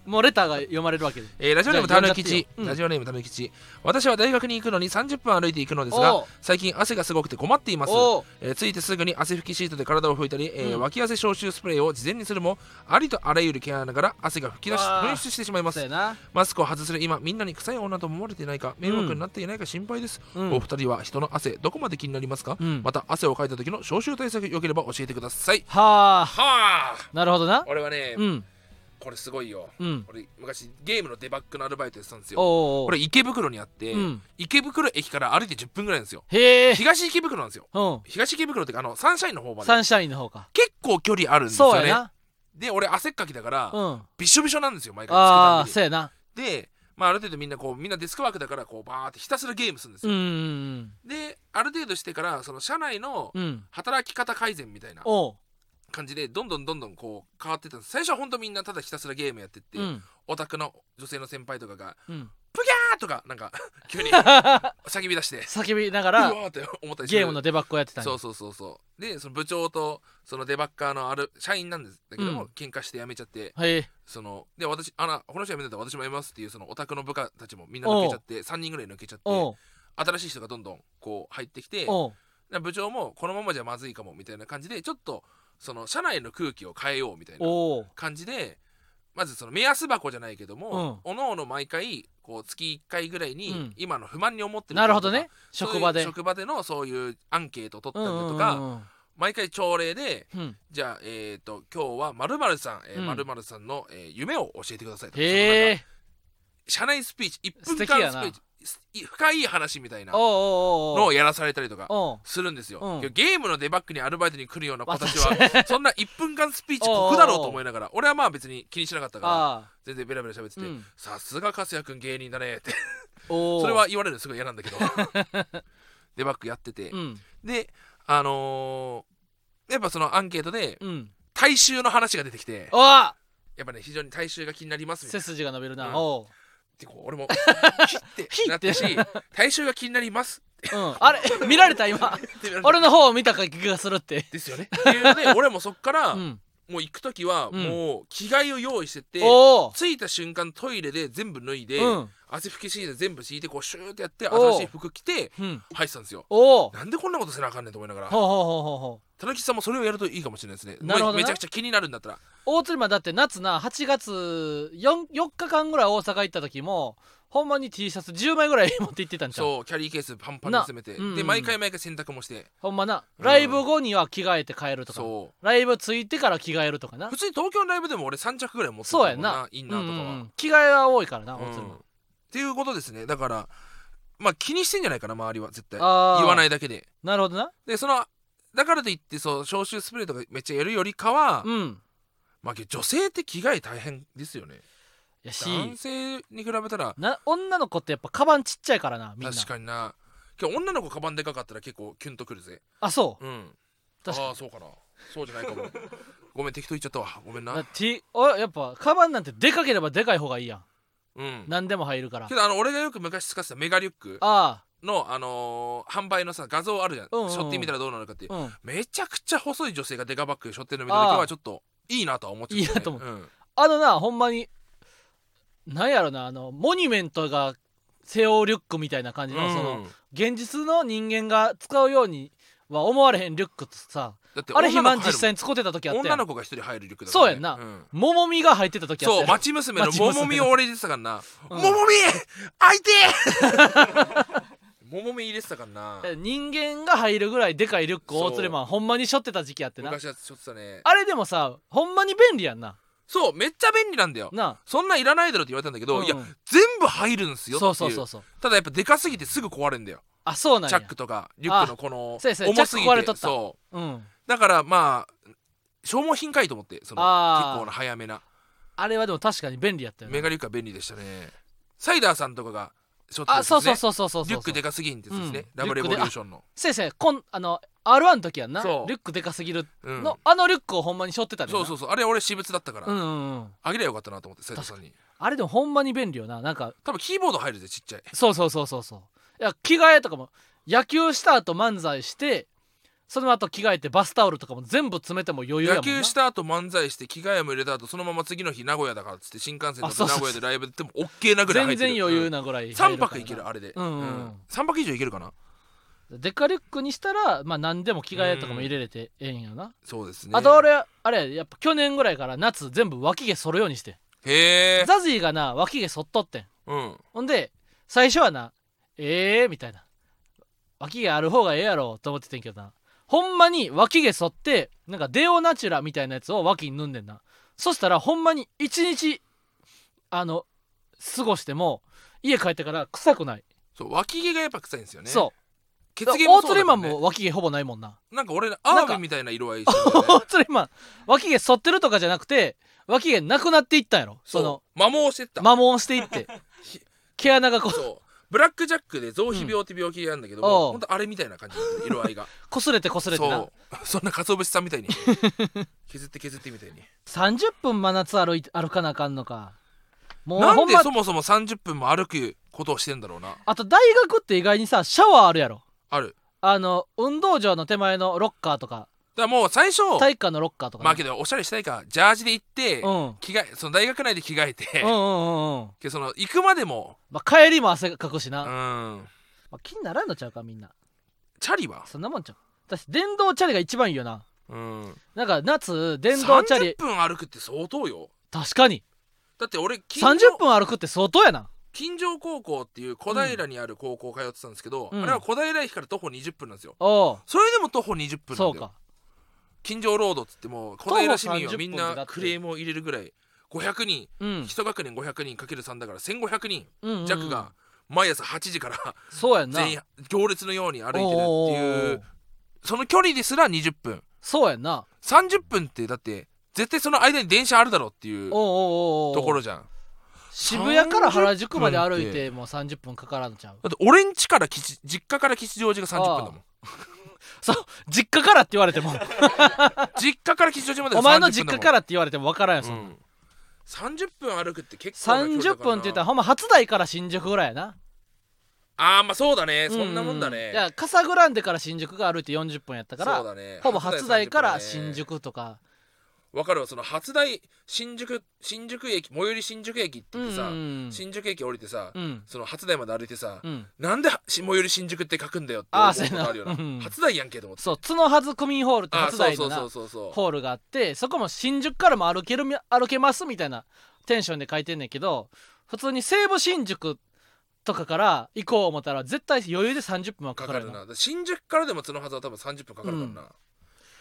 B: もうレターが読まれるわけで
A: えーラジオネームたぬき
B: じゃあ呼
A: ち
B: んじゃっ、てようん
A: ラジオネームたぬきち私は大学に行くのに30分歩いて行くのですが
B: おう
A: 最近汗がすごくて困っています
B: おう
A: えーついてすぐに汗拭きシートで体を拭いたり、えー
B: うん
A: 脇汗消臭スプレーを事前にするもありとあらゆるケアながら汗が噴き出し
B: うわー
A: 噴出してしまいま
B: そう
A: す
B: やな
A: マスクを外する今みんなに臭い女と思われていないか迷惑になっていないか心配です、
B: うん
A: お二人は人の汗どこまで気になりますか、
B: うん
A: また汗をかいた時の消臭対策よければ教えてください
B: はあ
A: はあ
B: なるほどな
A: 俺はね、
B: うん
A: これすごいよ
B: うん
A: 俺昔ゲームのデバッグのアルバイトやってたんですよ
B: お
A: こ
B: ー
A: れ池袋にあって、
B: うん
A: 池袋駅から歩いて10分ぐらいなんですよ
B: へえ
A: 東池袋なんですよ
B: うん
A: 東池袋っていうかあのサンシャインの方まで
B: サンシャインの方か
A: 結構距離あるんです
B: そ
A: よ
B: う
A: ね
B: や
A: で俺汗っかきだから、
B: なうん
A: びしょびしょなんですよ毎回
B: ああ
A: 着く
B: そうやな
A: たびにで、まあ、ある程度みんなこうみんなデスクワークだからこうバーってひたすらゲームするんです
B: うん
A: よ、
B: うん
A: である程度してからその社内の
B: うんうん
A: 働き方改善みたいな
B: おう
A: 感じでどんどんどんどんこう変わってったんです最初は本当みんなただひたすらゲームやってって、
B: うん
A: オタクの女性の先輩とかが
B: うん
A: 「あー!」とかなんか急に叫び出して
B: 叫びな
A: 「
B: が
A: うわ
B: ら
A: ー!」って思ったりして
B: ゲームのデバッグをやってたんや
A: そうそうそうそうでその部長とそのデバッカーのある社員なんですだけども、
B: うん
A: 喧嘩して辞めちゃって
B: へえ
A: そので私あらこの人辞めてたら私も辞めますっていうそのオタクの部下たちもみんな抜けちゃって3人ぐらい抜けちゃって
B: おう
A: 新しい人がどんどんこう入ってきて
B: おう
A: 部長もこのままじゃまずいかもみたいな感じでちょっとその社内の空気を変えようみたいな
B: おう
A: 感じでまずその目安箱じゃないけども、おのおの毎回こう月1回ぐらいに、
B: うん
A: 今の不満に思ってることとか
B: なるほどね
A: そういう
B: 職場で
A: 職場でのそういうアンケートを取った
B: うん
A: り
B: うん
A: だ
B: う
A: と
B: ん
A: か、
B: うん
A: 毎回朝礼で
B: うん
A: じゃあえっ、と今日はまるまるさん、え
B: うん
A: まるまるさんの、えー夢を教えてくださいとかそのな
B: へ
A: んか
B: え
A: 社内スピーチ1分
B: 素敵
A: 間
B: や
A: ス
B: な
A: ピーチすい深い話みたいな
B: おう
A: の
B: おうおう
A: をやらされたりとか
B: おう
A: するんですよ、
B: うん
A: ゲームのデバッグにアルバイトに来るような子たち
B: 私
A: はそんな1分間スピーチ酷だろうと思いながら俺はまあ別に気にしなかったから
B: ああ
A: 全然ベラベラ喋ってて
B: うん
A: 「さすが粕谷君芸人だね」って
B: おう
A: それは言われるのすごい嫌なん だけどデバッグやってて、
B: うん
A: であのーやっぱそのアンケートで
B: うん
A: 大衆の話が出てきて
B: あ
A: やっぱね非常に大衆が気になりますみたい
B: 背
A: な
B: 筋が伸びる
A: うん
B: なおう
A: ってこう 俺も「ひ」ってなったし
B: ひ
A: 「大衆が気になります
B: うんあれ 見られた今」
A: ってなる
B: 俺の方を見た気がするって
A: ですよね。っていうの で俺もそっから、
B: うん
A: もう行く時は
B: うん
A: もう着替えを用意してて、
B: おお
A: 着いた瞬間トイレで全部脱いで、
B: うん
A: 汗拭きシール全部敷いてこうシューってやって
B: おう
A: 新しい服着て
B: うん
A: 入ってたんですよ
B: おお
A: なんでこんなことせなあかんねんと思いなが
B: ほ
A: ら
B: うほうほうほうほう
A: たぬきさんもそれをやるといいかもしれないですね
B: なるほどな
A: めちゃくちゃ気になるんだったら
B: 大鶴間だって夏な8月 4, 4日間ぐらい大阪行った時もほんまに T シャツ10枚ぐらい持 って行ってたんちゃう
A: そうキャリーケースパンパンに詰めて、
B: なうん
A: で毎回毎回洗濯もして
B: ほんまな
A: うん
B: ライブ後には着替えて帰るとか
A: そ
B: ライブ着いてから着替えるとかな
A: う普通に東京のライブでも俺3着ぐらい持ってた
B: そう
A: も
B: や
A: ん
B: んな
A: インナーとかは、
B: うんうん着替えは多いからな大
A: う
B: 鶴
A: ん
B: 間、
A: っていうことですねだからまあ気にしてんじゃないかな周りは絶対言
B: あー
A: わないだけで
B: なるほどな
A: でそのだからといってそう消臭スプレーとかめっちゃやるよりかは、
B: うん
A: まあ、女性って着替え大変ですよね
B: いやし
A: 男性に比べたら
B: な女の子ってやっぱカバンちっちゃいからなみんな
A: 確かにな今日女の子カバンでかかったら結構キュンとくるぜ
B: あそう
A: うんああ
B: 確か
A: ーそうかなそうじゃないかもごめん適当言っちゃったわごめん
B: にな
A: な
B: T おやっぱカバンなんてでかければでかい方がいいやん
A: うん
B: 何でも入るから
A: けどあの俺がよく昔使ってたメガリュック
B: あ
A: の、あのー販売のさ画像あるじゃん、
B: うんうんうん
A: 背負ってみたらどうなるかっていう
B: あうん
A: めちゃくちゃ細い女性がデカバッグ背負ってるの見た時
B: あ
A: は
B: ー
A: ちょっといいなとは思っちゃった、ね、
B: いいなと思
A: うん
B: あのなほんまになんやろなあのモニュメントが背負うリュックみたいな感じの、その現実の人間が使うようには思われへんリュックとさ
A: だって
B: あれ
A: 女の
B: 肥満
A: 子
B: 実
A: 入る
B: 際に使ってた時あ
A: もん
B: ったや
A: 女の
B: ん
A: 子が一人入るリュックだ
B: そうやんな
A: うん
B: ももみが入ってた時あった
A: そ
B: や
A: うん町娘の
B: 町
A: も
B: 娘
A: もみを俺入れてたからな「
B: う
A: も
B: ん
A: もみ開いて!」 ももみ入れてたからな
B: 人間が入るぐらいでかいリュックを大
A: そう
B: 鶴マンほんまに背負ってた時期あってな
A: 昔はちょっとさね
B: あれでもさほんまに便利やんな
A: そうめっちゃ便利なんだよ
B: なあ
A: そんなんいらないだろって言われたんだけど、
B: うん
A: いや全部入るんすよってい
B: そううそうそうそう
A: ただやっぱでかすぎてすぐ壊れんだよ
B: あそうなん
A: チャ
B: や
A: ックとかリュックのこの
B: そうやそうや
A: 重すぎ
B: チャック壊れと
A: て
B: った
A: そう
B: うん
A: だからまあ消耗品かいと思ってその
B: あー
A: 結構な早めな
B: あれはでも確かに便利やったよね
A: メガリュックは便利でしたねサイダーさんとかがしょってるん
B: あ
A: ですね
B: そうそうそうそうそうそう
A: リュックでかすぎんってやつですね、
B: うん
A: ラブレボリューションの
B: 先生こんあの R1 の時やんなリ
A: そ
B: ュ
A: う
B: ックでかすぎる
A: うん
B: の、あのリュックをほんまに背負ってたねん
A: そう
B: な
A: そうそうあれ俺私物だったから、
B: うんうんうん
A: あげりゃよかったなと思って斉藤さんに
B: あれでもほんまに便利よななんか
A: 多分キーボード入るぜちっちゃい
B: そうそうそうそうそういや着替えとかも野球した後漫才してその後着替えてバスタオルとかも全部詰めても余裕やもん
A: 野
B: な
A: 球した後漫才して着替えも入れた後そのまま次の日名古屋だからっつって新幹線
B: あ
A: だと
B: そう
A: 名
B: そう
A: 古屋でライブやっても OK なぐらい入
B: 全
A: ってる
B: 然余裕なぐらい入るからな
A: 3泊いけるあれで、
B: うんうんうん
A: 3泊以上いけるかな
B: デカリュックにしたらまあ何でも着替えとかも入れれてええんやな
A: そうですね
B: あと俺あれやっぱ去年ぐらいから夏全部脇毛剃るようにして
A: へえ
B: ザジーがな脇毛剃っとってん
A: うん
B: ほんで最初はな「ええー」みたいな脇毛ある方がええやろと思っててんけどなほんまに脇毛剃ってなんかデオナチュラみたいなやつを脇に縫んでんなそしたらほんまに一日あの過ごしても家帰ってから臭くない、
A: そう脇毛がやっぱ臭いんですよね
B: そう
A: 血
B: だか
A: 毛
B: ら
A: も
B: 大
A: そうだ
B: 釣
A: け
B: り
A: ど
B: マ
A: ね
B: ンも脇毛ほぼないもんな
A: なんか俺アワビみたいな色合いしてるよね
B: 大釣りマン脇毛剃ってるとかじゃなくて脇毛なくなっていったんやろその
A: そう摩耗してった、
B: 摩耗して いって
A: ひ
B: 毛穴がこ
A: そうブラックジャックで臓皮病って病気なんだけど
B: うんおう
A: も、ほんとあれみたいな感じなんだよ色合い が
B: 擦れて擦れてな
A: そうそんな鰹節さん みたいに削って削ってみたいに
B: 30分真夏歩いて歩かなあかんのかもう
A: な
B: ほ
A: ん
B: ん
A: で
B: ま
A: そもそも30分も歩くことをしてんだろうな
B: あと大学って意外にさシャワーあるやろ
A: ある
B: あの運動場の手前のロッカーとか
A: だからもう最初
B: 体育館のロッカーとかね、
A: まあけどおしゃれしたいからジャージで行って、
B: うん
A: 着替えその大学内で着替えて、
B: うんうんうんうん、
A: けどその行くまでも
B: まあ、帰りも汗かくし
A: う
B: な、
A: ん
B: まあ、気にならんのちゃうかみんな
A: チャリは
B: そんなもんちゃう私電動チャリが一番いいよな
A: うん
B: なんか夏電動チャリ
A: 30分歩くって相当よ
B: 確かに
A: だって俺近所
B: 30分歩くって相当やな
A: 金城高校っていう小平にある高校通ってたんですけど、
B: うん
A: あれは小平駅から徒歩20分なんですよ
B: お
A: それでも徒歩20分なんだ
B: そ
A: よ
B: うか
A: 金城ロードっつってもう
B: 歩
A: 小平市民は
B: 30
A: みん
B: 分だ
A: な
B: って
A: クレームを入れるぐらい500人、
B: うん
A: 一学年500人かける3だから1500人
B: うんうんうん
A: 弱が毎朝8時から
B: そうやんな
A: 全員行列のように歩いてるって
B: お
A: い
B: ー
A: うその距離ですら20分
B: そうやんな
A: 30分ってだって絶対その間に電車あるだろうっていう
B: おう
A: と
B: おうおうおう
A: ころじゃん
B: 渋谷から原宿まで歩いてもう30分かからんちゃう
A: だって俺ん家から吉実家から吉祥寺が30分だもん
B: そう実家からって言われても
A: 実家から吉祥寺まで、
B: お前の実家かららって言われても分からんよ、
A: う、
B: そんなん
A: 30分歩くって結構な距離だ
B: 30
A: からな
B: 分って言ったらほんま初台から新宿ぐらいやな
A: あーまあそうだねそんなもんだ
B: うう
A: ね
B: いやカサグランデから新宿が歩いて40分やったか
A: そう
B: ら
A: だね
B: ほぼ初台から新
A: 初台30分だね
B: 宿とか
A: わかるわその初台新宿新宿駅最寄り新宿駅って
B: うん
A: 言ってさ、
B: うん
A: 新宿駅降りてさ、
B: うん
A: その初台まで歩いてさ、
B: うん
A: なんでし最寄り新宿って書くんだよって
B: あー
A: 思うことあるよな
B: そうやなうん
A: 初台やんけと思って
B: そう角はず区民ホールって
A: あー
B: 初台
A: そ
B: の
A: う
B: な
A: そうそうそうそう
B: ホールがあってそこも新宿からも歩けるみ歩けますみたいなテンションで書いてんねんけど普通に西武新宿とかから行こう思ったら絶対余裕で30分はか
A: か
B: か
A: か
B: る
A: る
B: な
A: なだから新宿からでもそのはずは多分30分かかるからな、
B: い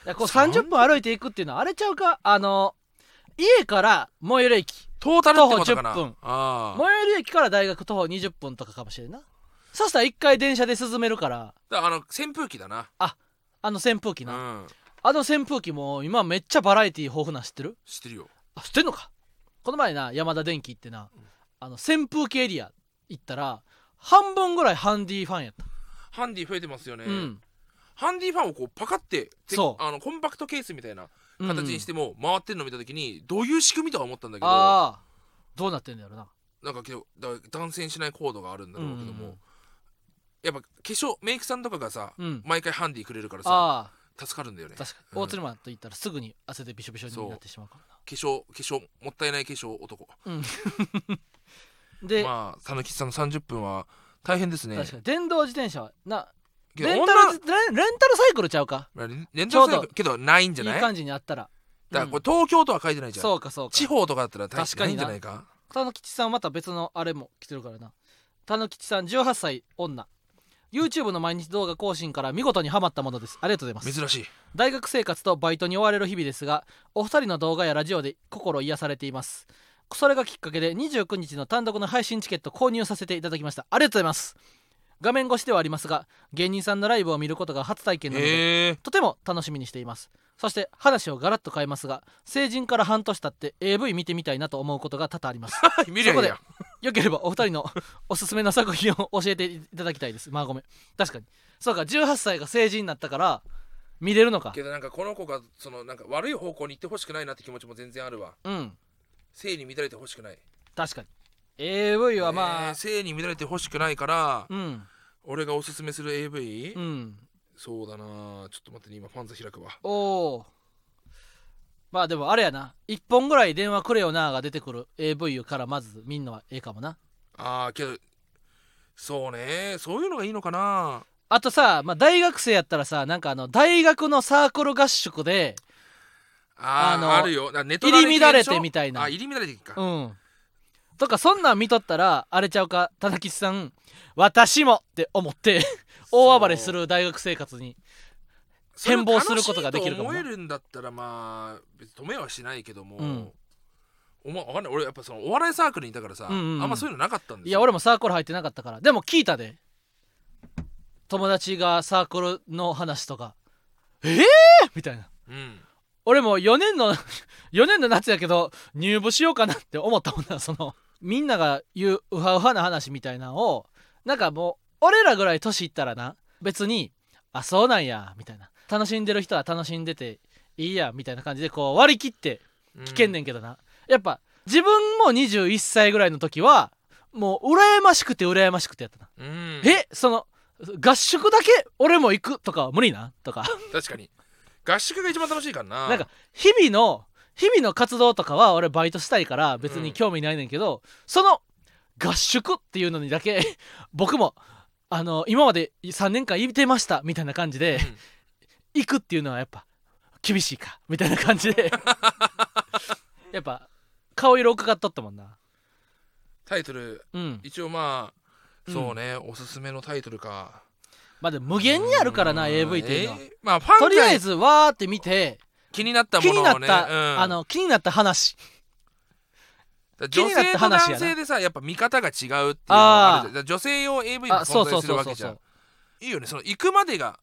B: やこう30分歩いていくっていうのはあれちゃうかあの家から最寄り駅
A: トータルってことかな
B: 徒歩10分
A: あ
B: 最
A: ー
B: 寄り駅から大学徒歩20分とかかもしれんなそしたら一回電車で進めるから
A: だからあの扇風機だな
B: あの扇風機
A: う
B: な、
A: ん
B: あの扇風機も今めっちゃバラエティ豊富なん知ってる
A: 知ってるよ
B: あ知ってんのかこの前な山田電機行ってなあの扇風機エリア行ったら半分ぐらいハンディファンやった、
A: ハンディ増えてますよね、
B: うん
A: ハンディファンをこうパカってて
B: そう
A: あのコンパクトケースみたいな
B: うん
A: 形にしても回ってるの見た時にどういう仕組みとか思ったんだけど
B: ああどうなってんだろうな
A: なんかけどだ断線しないコードがあるんだろうけども、
B: うん
A: やっぱ化粧メイクさんとかがさ、
B: うん
A: 毎回ハンディくれるからさ
B: あ
A: 助かるんだよね
B: あ
A: 化
B: 確かに大鶴マンと言ったらすぐに汗でびしょびしょになってしまうからな
A: 粧化粧もったいない化粧男
B: で、
A: まあたぬきさんの30分は大変ですね
B: 確かに電動自転車はな
A: けど
B: レンタルレンレンタルサイクルちゃうか
A: 女レンレン
B: ち
A: タ
B: ょ
A: ル
B: うど
A: サイクルけどないん
B: い
A: じ
B: い
A: ゃない
B: 感じにあったら
A: だから
B: うん
A: これ東京とは書いてないじゃん、
B: そうかそうか
A: 地方とかだったら大
B: 確か
A: ない
B: に
A: ん
B: な
A: じゃないか
B: 田野吉さんはまた別のあれも来てるからな田野吉さん18歳女 YouTube の毎日動画更新から見事にハマったものですありがとうございます
A: 珍しい
B: 大学生活とバイトに追われる日々ですがお二人の動画やラジオで心癒されていますそれがきっかけで29日の単独の配信チケット購入させていただきましたありがとうございます画面越しではありますが芸人さんのライブを見ることが初体験なので
A: へえ
B: とても楽しみにしていますそして話をガラッと変えますが成人から半年経って AV 見てみたいなと思うことが多々あります
A: ー、見りゃいいやん
B: そよければお二人の おすすめの作品を教えていただきたいですまあごめん確かにそうか18歳が成人になったから見れるのか
A: けどなんかこの子がそのなんか悪い方向に行ってほしくないなって気持ちも全然あるわ
B: うん
A: 性に乱れてほしくない
B: 確かに AV はまあ、
A: ね性に乱れてほしくないから、
B: うん
A: 俺がおすすめする AV、
B: うん
A: そうだなちょっと待ってね今ファンズ開くわ
B: おおまあでもあれやな1本ぐらい電話くれよなが出てくる AV からまず見んのはええかもな
A: あーけどそうねそういうのがいいのかな
B: あとさ、まあ、大学生やったらさなんかあの大学のサークル合宿で
A: あー
B: あ
A: あ
B: の
A: るよなネト
B: 入り乱れ
A: 系でしてょ
B: みたいな
A: あ入り乱れてか、
B: うんとかそんなん見とったらあれちゃうか田中さん「私も!」って思って大暴れする大学生活に
A: それ
B: 変貌することができるかもな
A: 楽しいと思えるんだったらまあ別に止めはしないけども、
B: うん
A: おまわかんない俺やっぱそのお笑いサークルにいたからさ、
B: うんうんうん
A: あんまそういうのなかったんですよ
B: いや俺もサークル入ってなかったからでも聞いたで友達がサークルの話とか「ええみたいな
A: うん
B: 俺も4年の 4年の夏やけど入部しようかなって思ったもんなそのみんなが言うウハウハな話みたいなのをなんかもう俺らぐらい年いったらな別に「あそうなんや」みたいな楽しんでる人は楽しんでていいやみたいな感じでこう割り切って聞けんねんけどな、やっぱ自分も21歳ぐらいの時はもう羨ましくて羨ましくてやったな、
A: うん、うん
B: えその合宿だけ俺も行くとかは無理なんとか
A: 確かに合宿が一番楽しいからな
B: なんか日々の日々の活動とかは俺バイトしたいから別に興味ないねんけど、その合宿っていうのにだけ 僕もあの今まで3年間いてましたみたいな感じで、行くっていうのはやっぱ厳しいかみたいな感じ でやっぱ顔色伺っとったもんな
A: タイトル
B: うん
A: 一応ま
B: う
A: あ
B: ん
A: そうね、おすすめのタイトルか
B: まあでも無限にあるからな
A: うん
B: AV っていうのは、
A: えーまあファン
B: とりあえ
A: ず
B: ずわーって見て
A: 気になった
B: 気
A: も
B: に
A: のを
B: な
A: ね
B: った、
A: うん
B: あの気になった話気
A: 女
B: になっ
A: 性と
B: た話やな
A: 男性でさやっぱ見方が違うっていうのがあるじゃんだから女性用 AV も
B: あそ
A: 存在す
B: うそう
A: る
B: そう
A: わ
B: そ
A: け
B: う
A: じ
B: そ
A: ゃん
B: う
A: いいよねその行くまでが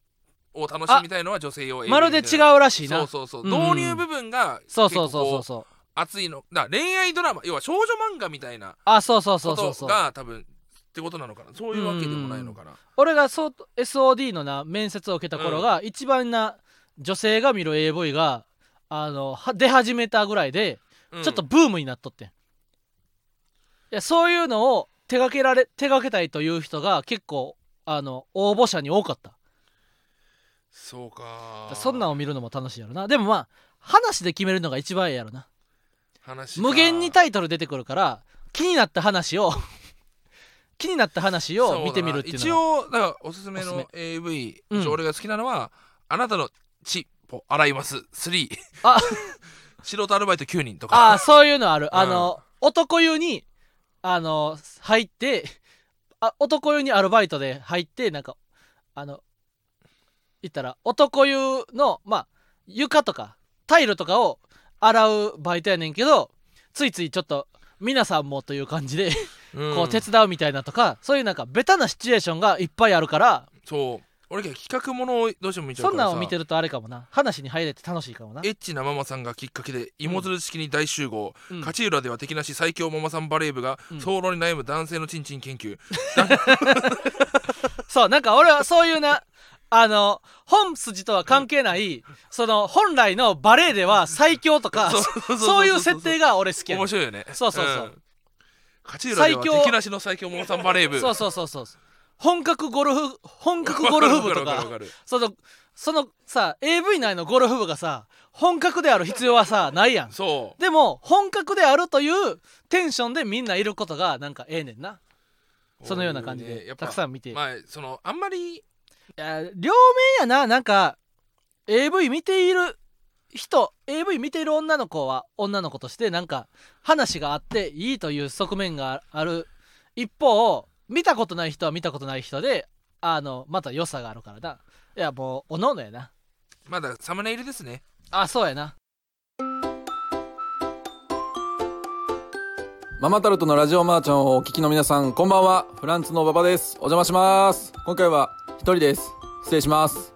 A: を楽しみたいのは女性用 AV
B: まるで違
A: う
B: うらしいな
A: そう
B: そう
A: そうそう、
B: ん
A: 導入部分が
B: そう
A: 結
B: そう
A: 構
B: そうそう
A: こう熱いのだから恋愛ドラマ要は少女漫画みたいな
B: あそうそう
A: こ
B: そうそう
A: と
B: そう
A: が多分ってことなのかなそういうわけでもないのかな
B: 俺がそう SOD のな面接を受けた頃が、一番な女性が見る AV があのは出始めたぐらいで、
A: うん
B: ちょっとブームになっとってんいやそういうのを手掛けられ手掛けたいという人が結構あの応募者に多かった
A: そうか
B: そんなんを見るのも楽しいやろなでもまあ話で決めるのが一番ええやろな
A: 話か
B: 無限にタイトル出てくるから気になった話を 気になった話
A: そうだ
B: を
A: な
B: 見てみるっていう
A: 一
B: のは
A: 応だからおすすめ
B: おす
A: の AV
B: うん
A: 一応俺が好きなのは、あなたのチポ洗います3
B: あ
A: 素人アルバイト9人と
B: ああ
A: か
B: そういうのある、あの男湯にあの入ってあ男湯にアルバイトで入ってなんかあの言ったら男湯のまあ床とかタイルとかを洗うバイトやねんけどついついちょっと皆さんもという感じで、
A: うん
B: こう手伝うみたいなとかそういうなんかベタなシチュエーションがいっぱいあるから
A: そう俺結構企画ものをどうしても見ちゃう
B: そん
A: か
B: な
A: らさ
B: んを見てるとあれかもな話に入れて楽しいかもな
A: エッチなママさんがきっかけで芋づる式に大集合、
B: うん
A: 勝浦では敵なし最強ママさんバレー部が
B: うん
A: 早漏に悩む男性のチンチン研究、
B: そうなんか俺はそういうなあの本筋とは関係ない、その本来のバレエでは最強とかそういう設定
A: が
B: が俺好きやね
A: 面白いよね
B: そうそうそうん
A: 勝浦では
B: 最強
A: 敵なしの最強ママさんバレー部
B: そうそうそうそう本格ゴルフ本格ゴルフ部と
A: わ
B: か
A: るわるわる
B: そのそのさ AV 内のゴルフ部がさ本格である必要はさないやん
A: そう
B: でも本格であるというテンションでみんないることがなんかええねんなそのような感じ
A: こういうね
B: で
A: やっぱ
B: たくさん見て、
A: まあそのあんまり
B: いや両面やななんか AV 見ている人 AV 見ている女の子は女の子としてなんか話があっていいという側面がある一方見たことない人は見たことない人であのまた良さがあるからないやもうおのおのやな
A: まだサムネイルですね
B: あそうやな
C: ママタルトのラジオマーちゃんをお聞きの皆さん、こんばんは。フランスの馬場です。お邪魔します。今回は一人です。失礼します。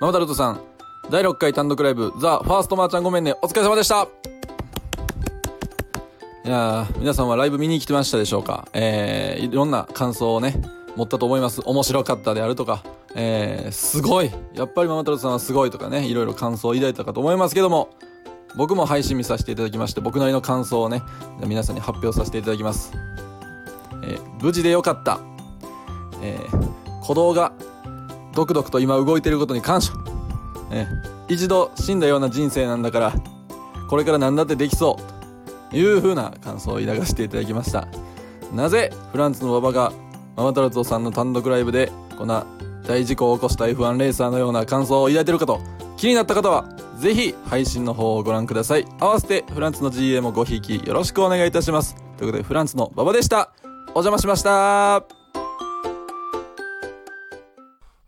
C: ママタルトさん、第6回単独ライブ、ザ・ファーストマーちゃんごめんね。お疲れ様でした。いやー、皆さんはライブ見に来てましたでしょうかえー、いろんな感想をね、持ったと思います。面白かったであるとか、えー、すごい。やっぱりママタルトさんはすごいとかね、いろいろ感想を抱いたかと思いますけども、僕も配信見させていただきまして僕なりの感想をね皆さんに発表させていただきます、えー無事でよかった、えー鼓動がドクドクと今動いていることに感謝、えー一度死んだような人生なんだからこれから何だってできそうという風な感想を抱かせていただきましたなぜフランスの馬場がママタルトさんの単独ライブでこんな大事故を起こした F1 レーサーのような感想を抱いているかと気になった方はぜひ配信の方をご覧ください合わせてフランスの GA もごひいきよろしくお願いいたしますということでフランスの馬場でしたお邪魔しました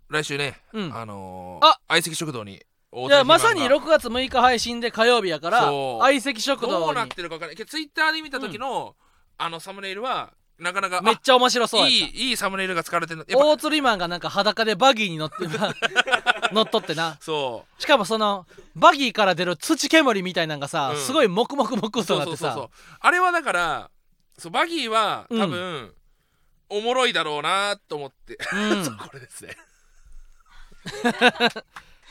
A: 来週ね、
B: うん
A: あのー、
B: あ
A: 相席食堂に大
B: い
A: 谷
B: やまさに
A: 肥満が
B: 6月6日配信で火曜日やから
A: そう
B: 相席食
A: ど
B: 堂
A: うなっ
B: に
A: てるか分からないけどツイッターで見た時の、あのサムネイルはなかなか
B: めっちゃ面白そうや
A: あ
B: った
A: いいいいサムネイルが使われてるやっぱ
B: 大釣りマンがなんか裸でバギーに乗って 乗っとってな
A: そう
B: しかもそのバギーから出る土煙みたいなんがさ、
A: うん
B: すごいモクモクモクと
A: そう
B: なっ
A: そう
B: て
A: そうそ
B: さ
A: うあれはだからそうバギーは多分、おもろいだろうなと思って、
B: う ん
A: そうこれですね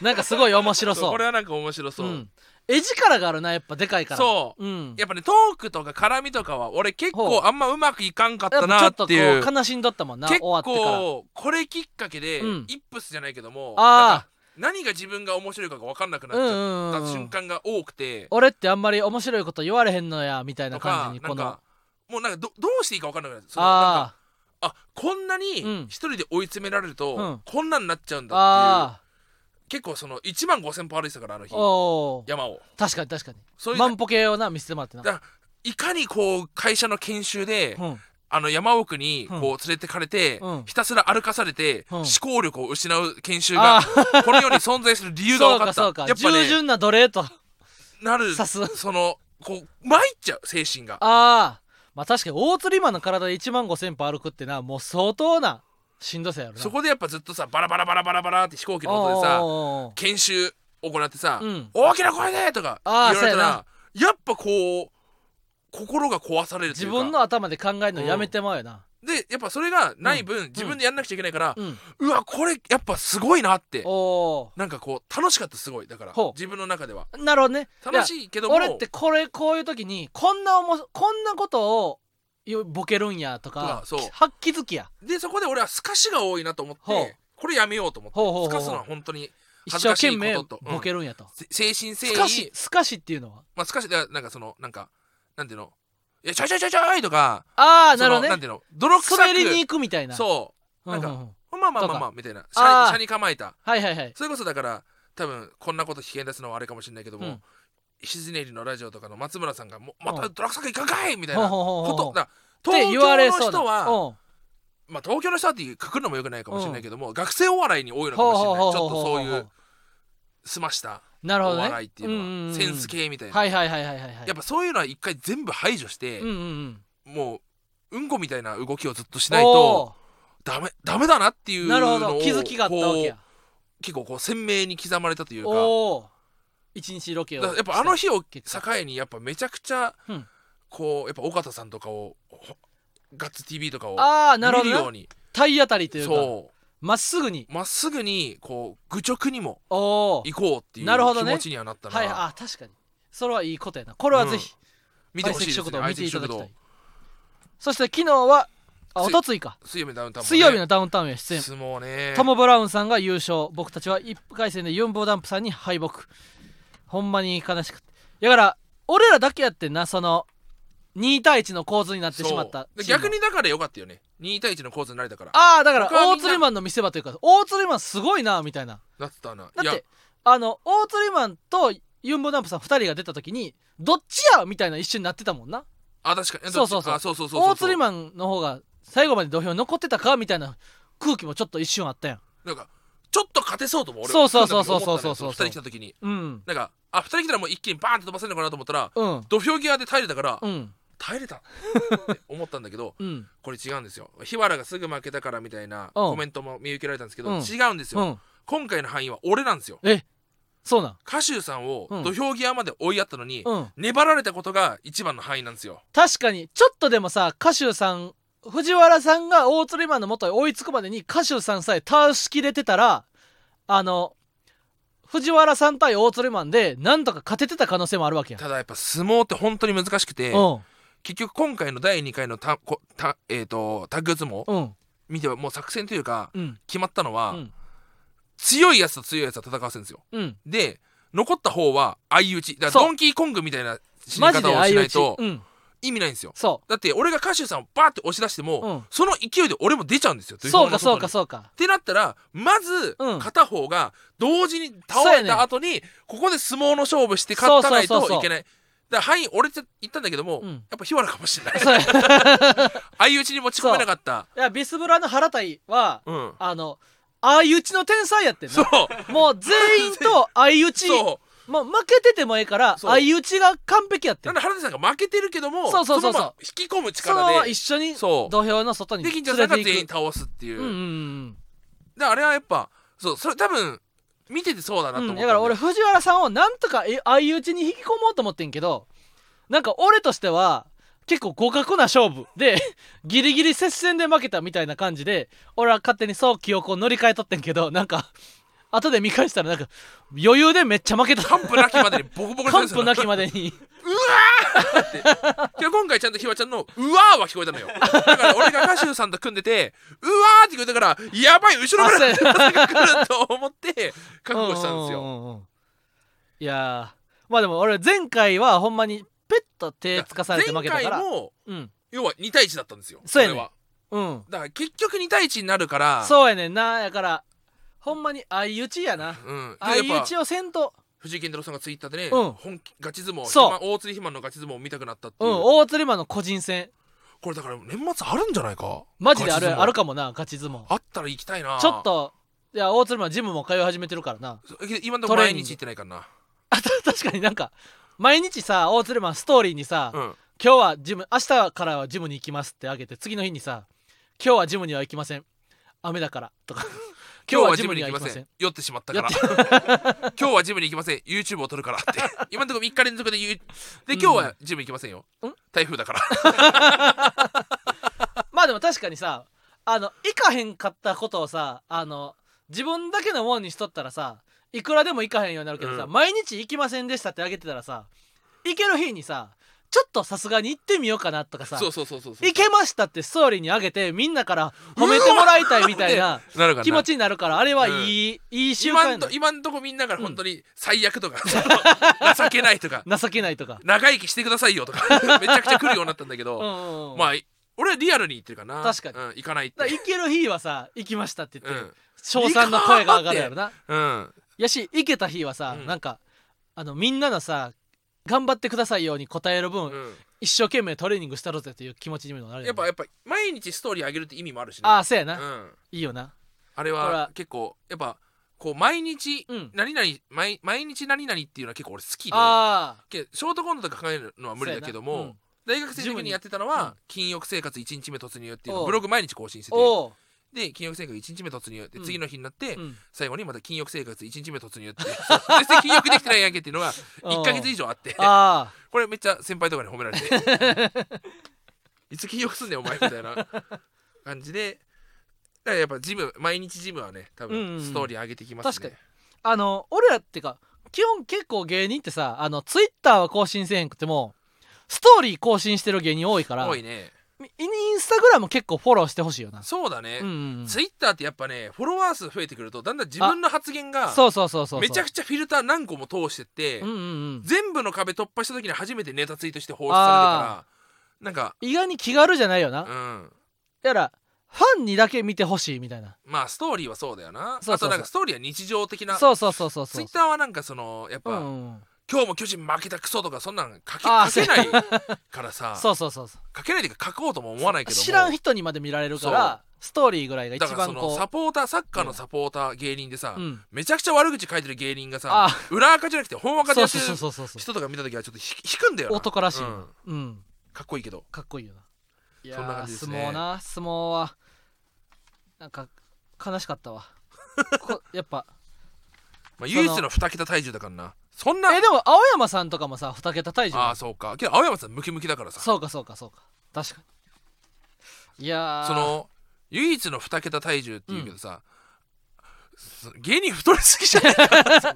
B: なんかすごい面白
A: そう
B: そう
A: これはなんか面白そう、
B: ん、絵力があるなやっぱでかいから
A: そう、
B: ん、
A: やっぱねトークとか絡みとかは俺結
B: ほう
A: 構あんまうまくいかんかっ
B: や
A: た
B: っぱちょ
A: な
B: っ
A: っ
B: と
A: て
B: こ
A: いう
B: う悲しんどったもんな
A: 結
B: 終わってから
A: 構これきっかけで、
B: うん
A: イップスじゃないけどもなん
B: あ
A: か何が自分が面白いかが分かんなくな
B: う
A: っ
B: ん
A: ち
B: う
A: ゃ
B: ん
A: った
B: うんう
A: 瞬
B: ん
A: 間が多くて、
B: 俺ってあんまり面白いこと言われへんのやみたいな
A: と
B: 感
A: か
B: じに
A: な
B: こ
A: ん
B: の
A: かもうなんかどどうしていいか分かんなくなるそのなんか
B: あ
A: あこんなに
B: うん
A: 一人で追い詰められると、
B: うん
A: こんなんなっちゃうんだって
B: あ
A: いう結構その1万5000歩歩いてたからあの日
B: あおー
A: 山を
B: 確かに確かに
A: そういう
B: 万歩計をな見せてもらってな
A: だいかにこう会社の研修で、
B: うん
A: あの山奥に
B: うん
A: こう連れてかれて、
B: うん
A: ひたすら歩かされて、
B: うん
A: 思考力を失う研修が
B: あー
A: この世に存在する理由が
B: そう
A: 分か
B: か
A: った
B: そうか
A: やっぱ
B: 従
A: ね
B: 順な奴隷と
A: なる
B: さす
A: そのこう参っちゃう精神が
B: ああまあ確かに大釣りマンの体で1万5000歩歩くってなもう相当なしんどさやろな
A: そこでやっぱずっとさバラバラバラバラバラって飛行機の音でさ
B: おー
A: 研修行ってさ、
B: うん
A: 大きな声でとか言
B: あ
A: わ
B: ー
A: れたら
B: そうやな
A: やっぱこう心が壊されるとい
B: 自
A: うか
B: 分の頭で考えるのやめてまうよな
A: でやっぱそれがない分、自分でやんなくちゃいけないから、
B: うん、
A: うわこれやっぱすごいなって
B: おお
A: なんかこう楽しかったすごいだから
B: ほう
A: 自分の中では
B: なるほどね
A: 楽し
B: い
A: いけ
B: や
A: ども
B: 俺ってこれこういう時にこんなおもこんなことをよボケるんやとか
A: そうそう
B: 発揮好きや
A: でそこで俺はすかしが多いなと思っ
B: ほう
A: てこれやめようと思って
B: ほうほうほう
A: すかすのは本当に
B: 一
A: 恥
B: 生
A: ずかしい
B: 懸命
A: ことと、うん
B: ボケるんやと、
A: せ精神誠
B: すかし
A: 意
B: すかしっていうのは
A: まあすかしだなんかそのなんかなんていうのいやちょいちょいちょいちょいとか
B: ああ
A: そ
B: な
A: の
B: るほど
A: なん
B: ね
A: ていうの泥臭く
B: 滑りに行くみたいな、
A: そうなんか
B: うう
A: まあまあまあまあみたいな車
B: あー
A: に車に構えた
B: はいはいはい
A: それこそだから多分こんなこと危険出すのはあれかもしれないけども、
B: うん
A: 石ずねりのラジオとかの松村さんがもう
B: うん
A: またドラクサ行かんかいみたい
B: ほう
A: な
B: ほうほうほ
A: こと
B: う
A: だから
B: って
A: 東
B: 言われそ
A: 京の
B: うな
A: 人は、
B: うん
A: まあ、東京の人はっていうくくるのもよくないかもしれないけども、学生お笑いに多いのか
B: ほう
A: もし
B: ほ
A: れ
B: う
A: ない
B: ほう
A: ち
B: ほ
A: ょ
B: う
A: っ
B: ほ
A: と
B: う
A: そういう済ました
B: なる
A: お
B: ほどね
A: 笑いっていうのは
B: んんんん
A: センス系みたいな、
B: はいはいはいはいはいはい
A: やっぱそういうのは一回全部排除して、
B: うんうんうん
A: もううんこみたいな動きをずっとしないとダメダメだなってい
B: お
A: う
B: ー
A: の
B: なるほ
A: を
B: ど気づきがあったわけや
A: こう結構こう鮮明に刻まれたというか
B: おおー一日ロケを
A: だからやっぱあの
B: し
A: 日を境
B: 結果
A: にやっぱめちゃくちゃ
B: うん
A: こうやっぱ尾形さんとかをほガッツ TV とかを
B: てああなる
A: 見
B: ほ
A: るよ
B: ど
A: う
B: な
A: に
B: 体当たりというか
A: そ
B: まっすぐに
A: うまっすぐにこう愚直にも
B: おお
A: 行こうっていう
B: なるほど
A: 気
B: ね
A: 持ちにはなった
B: はい
A: な
B: あ確かにそれはいいことやなこれはぜひ
A: 見てほしいです
B: 食
A: ね
B: 堂を見ていただき
A: 相
B: た
A: 席
B: いそして昨日はあお
A: 水
B: とついか
A: 水曜日のダウンタウンもね
B: 水曜日のダウンタウンへ出演
A: 相撲ね
B: トム・ブラウンさんが優勝僕たちは1回戦で4棒ダンプさんに敗北ほんまに悲しくてだから俺らだけやってんなその2対1の構図になってしまった
A: そうで
B: チーム
A: 逆にだからよかったよね2対1の構図になれたから
B: ああだから
A: 他はみん
B: 大
A: な
B: 釣りマンの見せ場というか大釣りマンすごいなみたいな
A: なってたな
B: だ
A: い
B: っ
A: や
B: てあの大釣りマンとユンボダンプさん2人が出た時にどっちやみたいな一緒になってたもんな
A: あ確かに
B: そうそうそう
A: あそうそうそうそう
B: 大釣りマンの方が最後まで土俵に残ってたかみたいな空気もちょっと一瞬あったやん
A: なんかちょっと勝てそうとも俺
B: そうそうそうそうそうそうそう
A: 2人来た時に
B: うん
A: なんかあ2人来たらもう一気にバーンって飛ばせるのかなと思ったら
B: うん
A: 土俵際で耐えれたから、
B: うん
A: 耐えれたって思ったんだけど
B: うん
A: これ違うんですよ日原がすぐ負けたからみたいな
B: うん
A: コメントも見受けられたんですけど、
B: うん
A: 違うんですよ、
B: うん
A: 今回の範囲は俺なんですよ
B: えそうなん
A: 歌手さんを
B: うん
A: 土俵際まで追いやったのに、
B: うん
A: 粘られたことが一番の範囲なんですよ
B: 確かにちょっとでもさ歌手さん藤原さんが大釣りマンの元へ追いつくまでに歌手さんさえ倒しきれてたらあの藤原さん対大釣りマンでなんとか勝ててた可能性もあるわけやん、
A: ただやっぱ相撲って本当に難しくて
B: うん
A: 結局今回の第2回のたこた、えー、とタッグ相撲
B: うん
A: 見てはもう作戦というか
B: うん
A: 決まったのは、
B: うん
A: 強いやつと強いやつは戦わせるんですよ
B: うん
A: で残った方は相打ちだか
B: そう
A: らドンキーコングみたいな死に
B: マジ
A: 方
B: で
A: をし
B: 相
A: な
B: 打
A: い
B: ち
A: と
B: うん
A: 意味ないんですよ
B: そ
A: だって俺が歌手さんをバーって押し出しても、
B: うん
A: その勢いで俺も出ちゃうんですよ
B: うそうかそう
A: 土俵の外
B: か
A: に
B: そうか
A: ってなったらまず
B: うん
A: 片方が同時に
B: そう
A: 倒
B: や
A: れ
B: ね
A: た後に、ここで相撲の勝負して勝たない
B: そうそうそ
A: とい
B: うそう
A: けないだから範囲俺って言ったんだけども、
B: うん
A: やっぱ日原かもしれない
B: そうやい
A: 相打ちに持ち込めなかった
B: やビスブラの原対は
A: う,、ん、
B: あの相打ちの天才やってん
A: そう
B: なもう全員と相打ち
A: そう
B: もう負けててもええから
A: そう
B: 相打ちが完璧やって
A: なんんで原田さんが負けてるけども
B: そうそうそうそう
A: のまま引き込む
B: そのま
A: 力
B: ま
A: で
B: 一緒に
A: そう
B: 土俵の外に
A: で
B: 連
A: 金
B: れ
A: ちゃんさんが
B: て
A: 全
B: い
A: 員
B: く
A: 倒すっていう、
B: うんうん
A: であれはやっぱそうそれ多分見ててそうだなと
B: うん
A: 思っ
B: うん
A: た
B: だから俺
A: んだよ
B: 藤原さんをなんとかえ相打ちに引き込もうと思ってんけどなんか俺としては結構互角な勝負で ギリギリ接戦で負けたみたいな感じで俺は勝手にそう記憶を乗り換えとってんけどなんか後で見返したらなんか余裕でめっちゃ負けた
A: 完膚なきまでにボコボコにさ
B: 完
A: れてた
B: 膚
A: の
B: なきまで に
A: いや今回ちゃんとひわちゃんの「うわー」は聞こえたのよだから俺が歌手さんと組んでて「うわー」って聞こえたから「やばい後ろか
B: あそう
A: ら
B: や
A: 歌手が来る」と思って覚悟したんです
B: う
A: よ
B: ううんうんいやーまあでも俺前回はほんまにペッと手つかされて負けたか
A: 前
B: ら
A: 回も
B: うん
A: 要は2対1だったんですよ
B: そうやね
A: れは
B: うん
A: だから結局2対1になるから
B: そうやねんなやからほんまに相打ちやな
A: うん、で
B: 相
A: や
B: 打
A: っぱ
B: ちをせんと
A: 藤井健太郎さんがツイッターでね、
B: うん
A: 本気ガチ相撲
B: そう
A: 肥満大釣り肥満のガチ相撲を見たくなったって
B: う
A: い
B: ん
A: う、
B: 大釣りマンの個人戦
A: これだから年末あるんじゃないか
B: マジであ
A: ガチ相
B: る
A: 撲
B: あるかもなガチ相撲
A: あったら行きたいな
B: ちょっといや大釣りマンジムも通い始めてるか らな
A: そう今のとこ
B: トレー
A: 毎
B: ニング
A: 日行ってないからな
B: あた確かになんか毎日さ大鶴マンストーリーにさ、
A: うん
B: 今日はジム明日からはジムに行きますってあげて次の日にさ今日はジムには行きません雨だからとか
A: 今日はジムに行きませ
B: 今
A: ん酔ってしまったから 今日はジムに行きません YouTube を撮るからって 今のところ3日連続で言うで今日はジム行きませんよ、
B: うん
A: 台風だから
B: 日はまあでも確かにさあの行かへんかったことをさあの自分だけのもんにしとったらさいくらでも行かへんようになるけどさ、
A: うん
B: 毎日行きませんでしたってあげてたらさ行ける日にさちょっとさすがに行ってみようかなとかさ
A: そうそうそうそうそう
B: 行けましたってストーリーにあげてみんなから褒めてもらいたいみたいな
A: なるからな
B: 気持ちになるからあれはいい、いい習
A: 今
B: 慣
A: んと今んとこみんなから本当に最悪とか、 情けないとか
B: な情けないとか、
A: 長生きしてくださいよとか めちゃくちゃ来るようになったんだけど、
B: うんうんうん
A: まあい俺はリアルに言ってるかな
B: 確かに
A: うん、行かないっ
B: だから
A: て
B: 行ける日はさ行きましたって言
A: う
B: って
A: ん
B: 称賛の声が上がるやろな
A: うん
B: やし行けた日はさ、
A: うん
B: なんかあのみんなのさ頑張ってくださいように答える分、
A: うん
B: 一生懸命トレーニングしたろぜという気持ちにもなるよね
A: やっぱやっぱ毎日ストーリー上げるって意味もあるしね
B: ああそうや
A: う
B: な、
A: ん、
B: いいよな
A: あれ
B: これ
A: は
B: は
A: 結構やっぱこう毎日
B: うん
A: 何々、毎毎日何々っていうのは結構俺好きで
B: ああ
A: けショートコントとか考えるのは無理だけども、
B: そうやなうん
A: 大学生の時にやってたの
B: う
A: は
B: ん
A: 「禁欲生活1日目突入」っていうのを
B: おう
A: ブログ毎日更新してて
B: おう、
A: で禁欲生活1日目突入で
B: うん
A: 次の日になって、
B: うん
A: 最後にまた禁欲生活1日目突入って 全然禁欲できてないやんけっていうの が1か月以上あって
B: あ
A: これめっちゃ先輩とかに褒められて いつ禁欲すんねんお前みたいな感じでだからやっぱジム毎日ジムはね多
B: うんうんう
A: 分
B: ん
A: ストーリー上げてきますね、
B: 確ああの俺らってか基本結構芸人ってさあのツイッターは更新せへんくてもストーリー更新してる芸人多いから
A: 多いね
B: みインスタグラム結構フォローしてほしいよな
A: そうだね、
B: うんうんうん
A: ツイッターってやっぱねフォロワー数増えてくるとだんだん自分の発言が
B: そうそうそうそう
A: めちゃく
B: ち
A: ちゃフィルター何個も通してって、
B: うんうんうん、
A: 全部の壁突破した時に初めてネタツイートして放出されるから
B: 意外に気軽じゃないよ
A: な
B: な、
A: んかうん
B: やらファンにだけ見てほしいみたいな
A: まあストーリーはそうだよな
B: そうそうそ
A: あと
B: う
A: なんかストーリーは日常的な
B: そうそうそうそう
A: ツ
B: そ
A: イ
B: う
A: ッターはなんかそのやっぱ、
B: うんうん、
A: 今日も巨人負けたクソとかそんなん書け
B: あー
A: 書けないからさ
B: そうそうそうそう
A: 書けないというか書こうとも思わないけども
B: 知らん人にまで見られるからストーリーぐらいが
A: だ
B: 一
A: からそ
B: 番
A: の
B: こ
A: サポーターサッカーのサポーター芸人でさ、
B: う、うん、
A: めちゃくちゃ悪口書いてる芸人がさ
B: あ
A: 裏垢じゃなくて本垢で
B: そ
A: や
B: う
A: って
B: そう
A: る
B: そうそうそうそう
A: 人とか見た時はちょっとひ引くんだよな
B: 男らしい、
A: う
B: うんん
A: かっこいいけど
B: かっこいいよないやー
A: そんな感じですね
B: 相撲な相撲はなんか悲しかったわこや っぱ
A: まあ、
B: その
A: 唯一の2桁体重だからなそんな
B: えでも青山さんとかもさ2桁体重
A: ああそうかけど青山さんムキムキだからさ
B: そうかそうかそうか確かにいやー
A: その唯一の2桁体重っていうけどさ、そ芸人太りすぎじゃ ないか、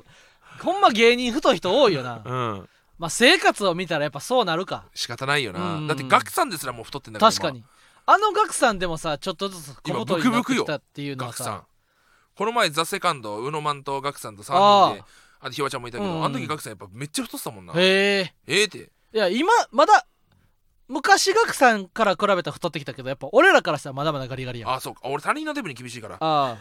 B: ほんま芸人太い人多いよな
A: うん、
B: まあ生活を見たらやっぱそうなるか
A: 仕方ないよな、
B: うん
A: だってガクさんですらもう太ってんだから
B: 確かにあのガクさんでもさちょっとずつ小太りになってきたっていうの
A: ガ
B: は
A: クさん
B: さ
A: この前ザ・セカンド宇野マンとガクさんと3人であとひわちゃんもいたけど、
B: うんうん
A: あの時ガクさんやっぱめっちゃ太ってたもんなえ
B: へえ
A: えって
B: いや今まだ昔ガクさんから比べたら太ってきたけどやっぱ俺らからしたらまだまだガリガリやん
A: ああそうか俺他人のデブに厳しいから
B: ああ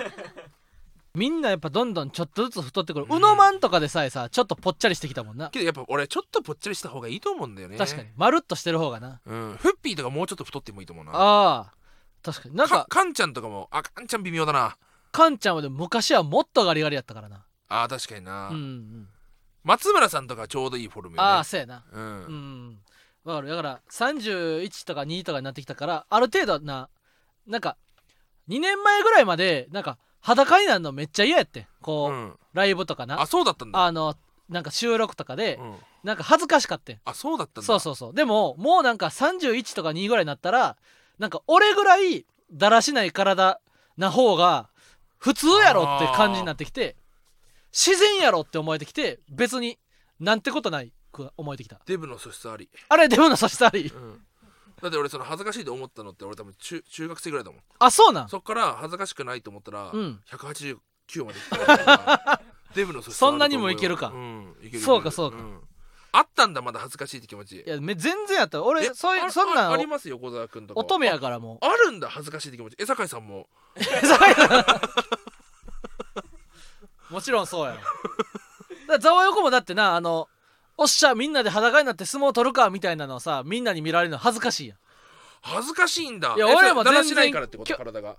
B: みんなやっぱどんどんちょっとずつ太ってくる、
A: うん
B: うのまんとかでさえさちょっとぽっちゃりしてきたもんな、
A: けどやっぱ俺ちょっとぽっちゃりした方がいいと思うんだよね
B: 確かにまるっとしてる方がな
A: うんフッピーとかもうちょっと太ってもいいと思うな
B: ああ確かになん
A: か
B: か
A: かんちゃんとかもあかんちゃん微妙だな
B: カンちゃんはでも昔はもっとガリガリやったからな
A: あー確かにな、
B: うんうん
A: 松村さんとかちょうどいいフォルムよね
B: ああそうやな
A: う、
B: うんんわかるだから31とか2とかになってきたからある程度ななんか2年前ぐらいまでなんか裸になるのめっちゃ嫌やってんこ
A: う
B: う、
A: ん、
B: ライブとかな
A: あ
B: あ
A: そうだったんだ、
B: のなんか収録とかで、
A: うん、
B: なんか恥ずかしかってん
A: あそうだったんだ
B: そうそうそうでももうなんか31とか2ぐらいになったらなんか俺ぐらいだらしない体な方が普通やろって感じになってきて自然やろって思えてきて別になんてことないく思えてきた
A: デブの素質あり、
B: あれでもなさしたり
A: うん、だって俺その恥ずかしいと思ったのって俺多分中中学生ぐらいだもん
B: あそうなん
A: そっから恥ずかしくないと思ったら、
B: うん
A: 189までいったから デブの素質あると思うよ
B: そんなにもいけるか
A: うん、いける
B: そうかそうか
A: んあったんだまだ恥ずかしいって気持ち
B: いやめ全然やった俺
A: え
B: そうい
A: あ
B: うそんな
A: ああり
B: ん
A: ますよ小沢君とかは
B: 乙女やから も
A: ああるんだ恥ずかしいって気持ちえ酒井さんも
B: うもちろんそうやろだからざわよこもだってなあのおっしゃみんなで裸になって相撲取るかみたいなのをさみんなに見られるの恥ずかしいやん
A: 恥ずかしいんだ
B: いや
A: え
B: 俺らも
A: それだら
B: 全然
A: しないからってこと
B: きょ
A: 体が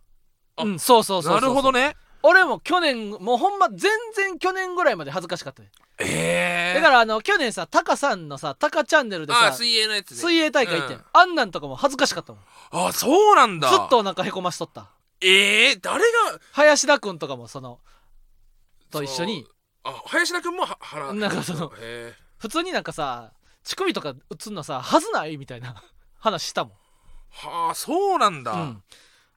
A: あ
B: うんそうそうそうそう
A: なるほどね
B: 俺も去年もうほんま全然去年ぐらいまで恥ずかしかったね
A: ええ
B: だからあの去年さタカさんのさタカチャンネルで
A: あ
B: さ
A: あ水泳のやつね
B: 水泳大会行ってん、
A: うん
B: あんなんとかも恥ずかしかったもん
A: あそうなんだ
B: ずっとお腹へこましとった
A: ええ誰が
B: 林田君とかもそのと一緒に
A: あ林田君もは腹
B: なんかその
A: ええ
B: 普通になんかさ乳首とか映んのさはずないみたいな 話したもん、
A: はあそうなんだ、
B: うん、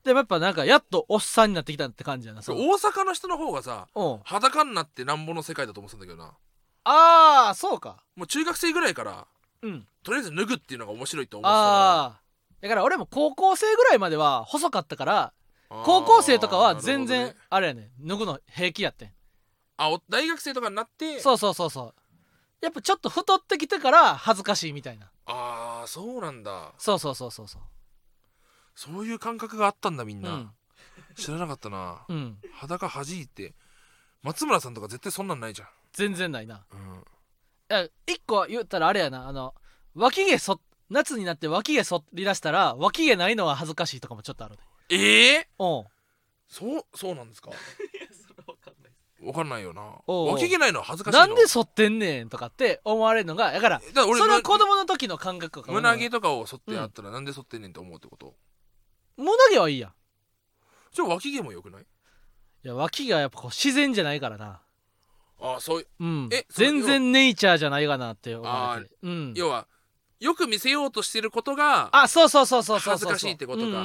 B: でもやっぱなんかやっとおっさんになってきたって感じやな
A: そ
B: そうう
A: 大阪の人の方がさ
B: うん
A: 裸になってなんぼの世界だと思ってたんだけどな
B: ああそうか
A: もう中学生ぐらいから
B: うん
A: とりあえず脱ぐっていうのが面白いと思ってたか
B: ああだから俺も高校生ぐらいまでは細かったから
A: らあー
B: 高校生とかは全
A: なる
B: 然
A: ほどね
B: あれやねん脱ぐの平気やってん
A: あお大学生とかになって
B: そうそうそうそうやっぱちょっと太ってきてから恥ずかしいみたいな
A: ああそうなんだ
B: そうそうそうそうそう
A: そういう感覚があったんだみん
B: う
A: な、
B: ん
A: 知らなかったな
B: うん
A: 裸弾いて松村さんとか絶対そんなんないじゃん、
B: 全然ないな
A: うん、
B: いや一個言ったらあれやなあの脇毛そ夏になって脇毛そり出したら脇毛ないのは恥ずかしいとかもちょっとあるね
A: ええ
B: おう
A: そうそうなんですかわかんないよな
B: おう
A: 脇毛ないのは恥ずかしいの
B: なんで剃ってんねんとかって思われるのがだから
A: だから俺
B: その子供の時の感覚かもな
A: 胸毛とかを剃ってやったらなんで剃ってんねんって思うってこと
B: 胸毛はいいやん
A: じゃあ脇毛もよくない
B: いや脇毛はやっぱこう自然じゃないからな
A: ああそう
B: うん
A: えその
B: 全然ネイチャーじゃないかなって思われてうん
A: 要はよく見せようとしてることが
B: あそうそうそうそうそうそ
A: 恥
B: う
A: ずかしいってことか
B: うんうんう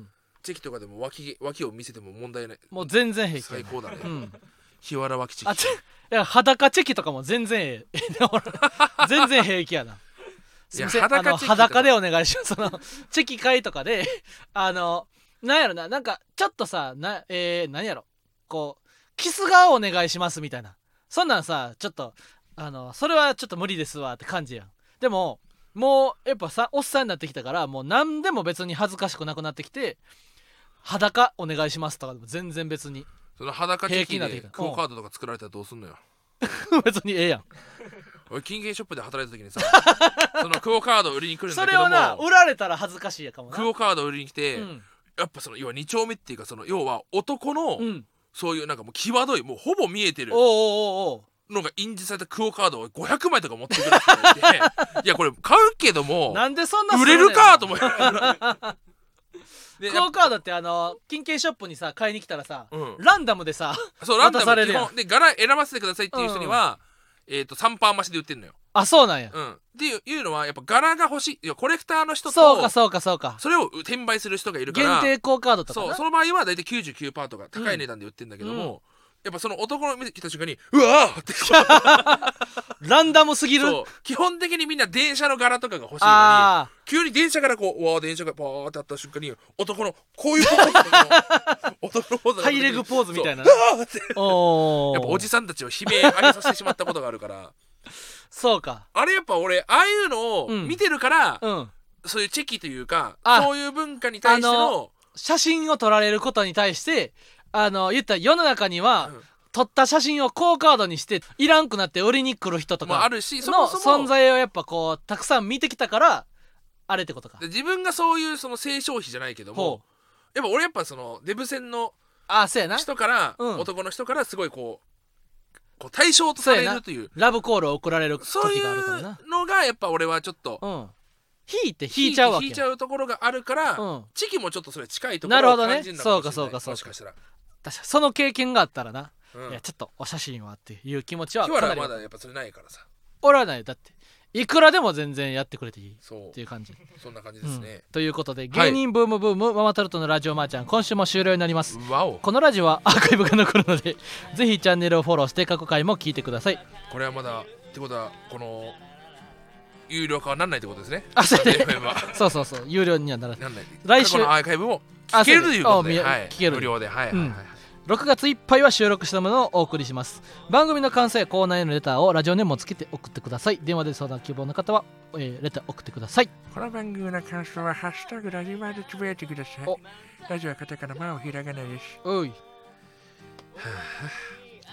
B: ん
A: チェキとかでも脇毛脇を見せても問題ない
B: もう全然平気や
A: 最
B: な
A: 高だね
B: うん
A: 日わら脇チ
B: あ
A: ェ
B: ち
A: キ
B: いや裸チェキとかも全然え え全然平気やなすいませ
A: い
B: ん
A: や
B: あの
A: 裸チェキとか
B: 裸でお願いしますそ のチェキ会とかで あのなんやろななんかちょっとさなえー、何やろこうキス顔お願いしますみたいなそんなんさちょっとあのそれはちょっと無理ですわって感じやんでももうやっぱさおっさんになってきたからもう何でも別に恥ずかしくなくなってきて裸お願いしますとかでも全然別に
A: その裸チェキ
B: 平気になって
A: で
B: きた
A: クオカードとか作られたらどうすんのよ
B: 別にええやん
A: 俺金券ショップで働いた時に さそのクオカード売りに来るんだ
B: そ
A: け
B: れ
A: ど
B: をな
A: も
B: 売られたら恥ずかしいやかもな
A: クオカード売りに来て、
B: うん
A: やっぱその要は2丁目っていうかその要は男の
B: うん
A: そういうなんかもう際どいもうほぼ見えてる
B: おうおうおうおう
A: のが印字されたクオカードを500枚とか持ってくるって 言っていやこれ買うけども
B: なんでそんな
A: 売れるかと思
B: っ
A: いながら で
B: て
A: や
B: ク
A: っ
B: オカードってあの金券ショップにさ買いに来たらさ、
A: うん
B: ランダムでさ
A: ぱそうランダ
B: 渡さ
A: ム
B: れ
A: で
B: る
A: 基
B: やん
A: 本で柄選ばせてくださいっていう人には、えっと3パー増しで売ってるのよ、
B: あそうなんや、
A: うん、っていういうのはやっぱ柄が欲しいいやコレクターの人と
B: そうかそうかそうか
A: それを転売する人がいるから
B: 限定クオカードとか
A: そう
B: な
A: その場合は大体99%パーとか高い値段で売ってるんだけども、
B: うん
A: やっぱその男の見てきた瞬間にうわーってそ
B: ランダム すぎる
A: う基本的にみんな電車の柄とかが欲しいのに
B: あ
A: 急に電車からこううわー電車がパーってあった瞬間に男のこういうポーズとかの男のポーズが
B: あ ハイレグポーズみたいな
A: そううわーって
B: お お
A: やっぱおじさんたちを悲鳴上げさせてしまったことがあるから
B: そうか
A: あれやっぱ俺ああいうのを
B: うん
A: 見てるから、
B: うん
A: そういうチェキというか
B: あ
A: そういう文化に対しての
B: あの写真を撮られることに対してあの言ったら世の中には、
A: うん
B: 撮った写真をクオカードにしていらんくなって売りに来る人とか
A: まああるしそ
B: の
A: もそも
B: 存在をやっぱこうたくさん見てきたからあれってことか
A: で自分がそういうその性消費じゃないけども
B: ほう
A: やっぱ俺やっぱそのデブ戦の
B: あそうやな
A: 人から、
B: うん
A: 男の人からすごいこうこう対象とされるという
B: ラブコールを送られる時
A: そうい
B: があるからな
A: うのがやっぱ俺はちょっと
B: うん引いて引いちゃうわけ
A: 引いちゃうところがあるから、
B: うん
A: チキもちょっとそれ近いとこ
B: なる
A: ろを
B: ほどね
A: 感じるのかもしれない
B: そうかそうかそうか
A: もしかしたら、
B: 確かにその経験があったらな、
A: うん、
B: いや
A: 今
B: ちょっとお写真はっていう気持ちは
A: 日
B: かな
A: は
B: り
A: まだやっぱそれないからさ
B: 俺はないだっていくらでも全然やってくれていい
A: そ
B: っていうう感じ
A: そんな感じですね
B: うん、ということで芸人ブームブーム、ママタルトのラジオマーちゃん今週も終了になります
A: わお
B: このラジオはア ーカイブが残るのでぜひチャンネルをフォローして過去回も聞いてください
A: これはまだってことはこの有料化はなんないってことですね
B: あそうね
A: FM は
B: そうそうそう有料にはならない
A: なんない
B: 来週
A: 過去のアイカイブも聞けるということ
B: あそうで
A: です
B: あ見え
A: はい
B: 聞ける
A: 無料ではいはいはいはい、
B: うん6月いっぱいは収録したものをお送りします番組の感想やコーナーへのレターをラジオネームをつけて送ってください電話で相談希望の方は、えーレター送ってください
A: この番組の感想はハッシュタグラジマでつぶやいてください
B: お。
A: ラジオはカタカナマンをひらがなです。
B: おい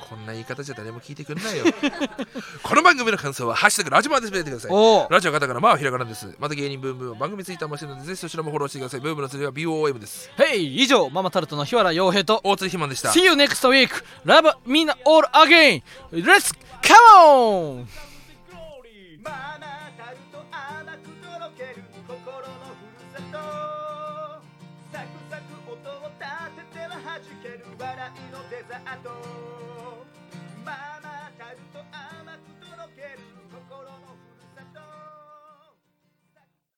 A: こんな言い方じゃ誰も聞いてくんないよ。 この番組の感想はハッシュタグラジマでつぶやいてください。
B: おー
A: ラジオカタカナマンをひらがなです。また芸人ブームブームは番組ツイッターもしてるのでぜひそちらもフォローしてください。ブームの次は BOM です。
B: へい以上ママタルトの日原洋平と
A: 大津ひまんでした。
B: See you next week Love me all again Let's come on
D: ママタルト甘くとろける心のふるさとサクサク音を立てては弾ける笑いのデザート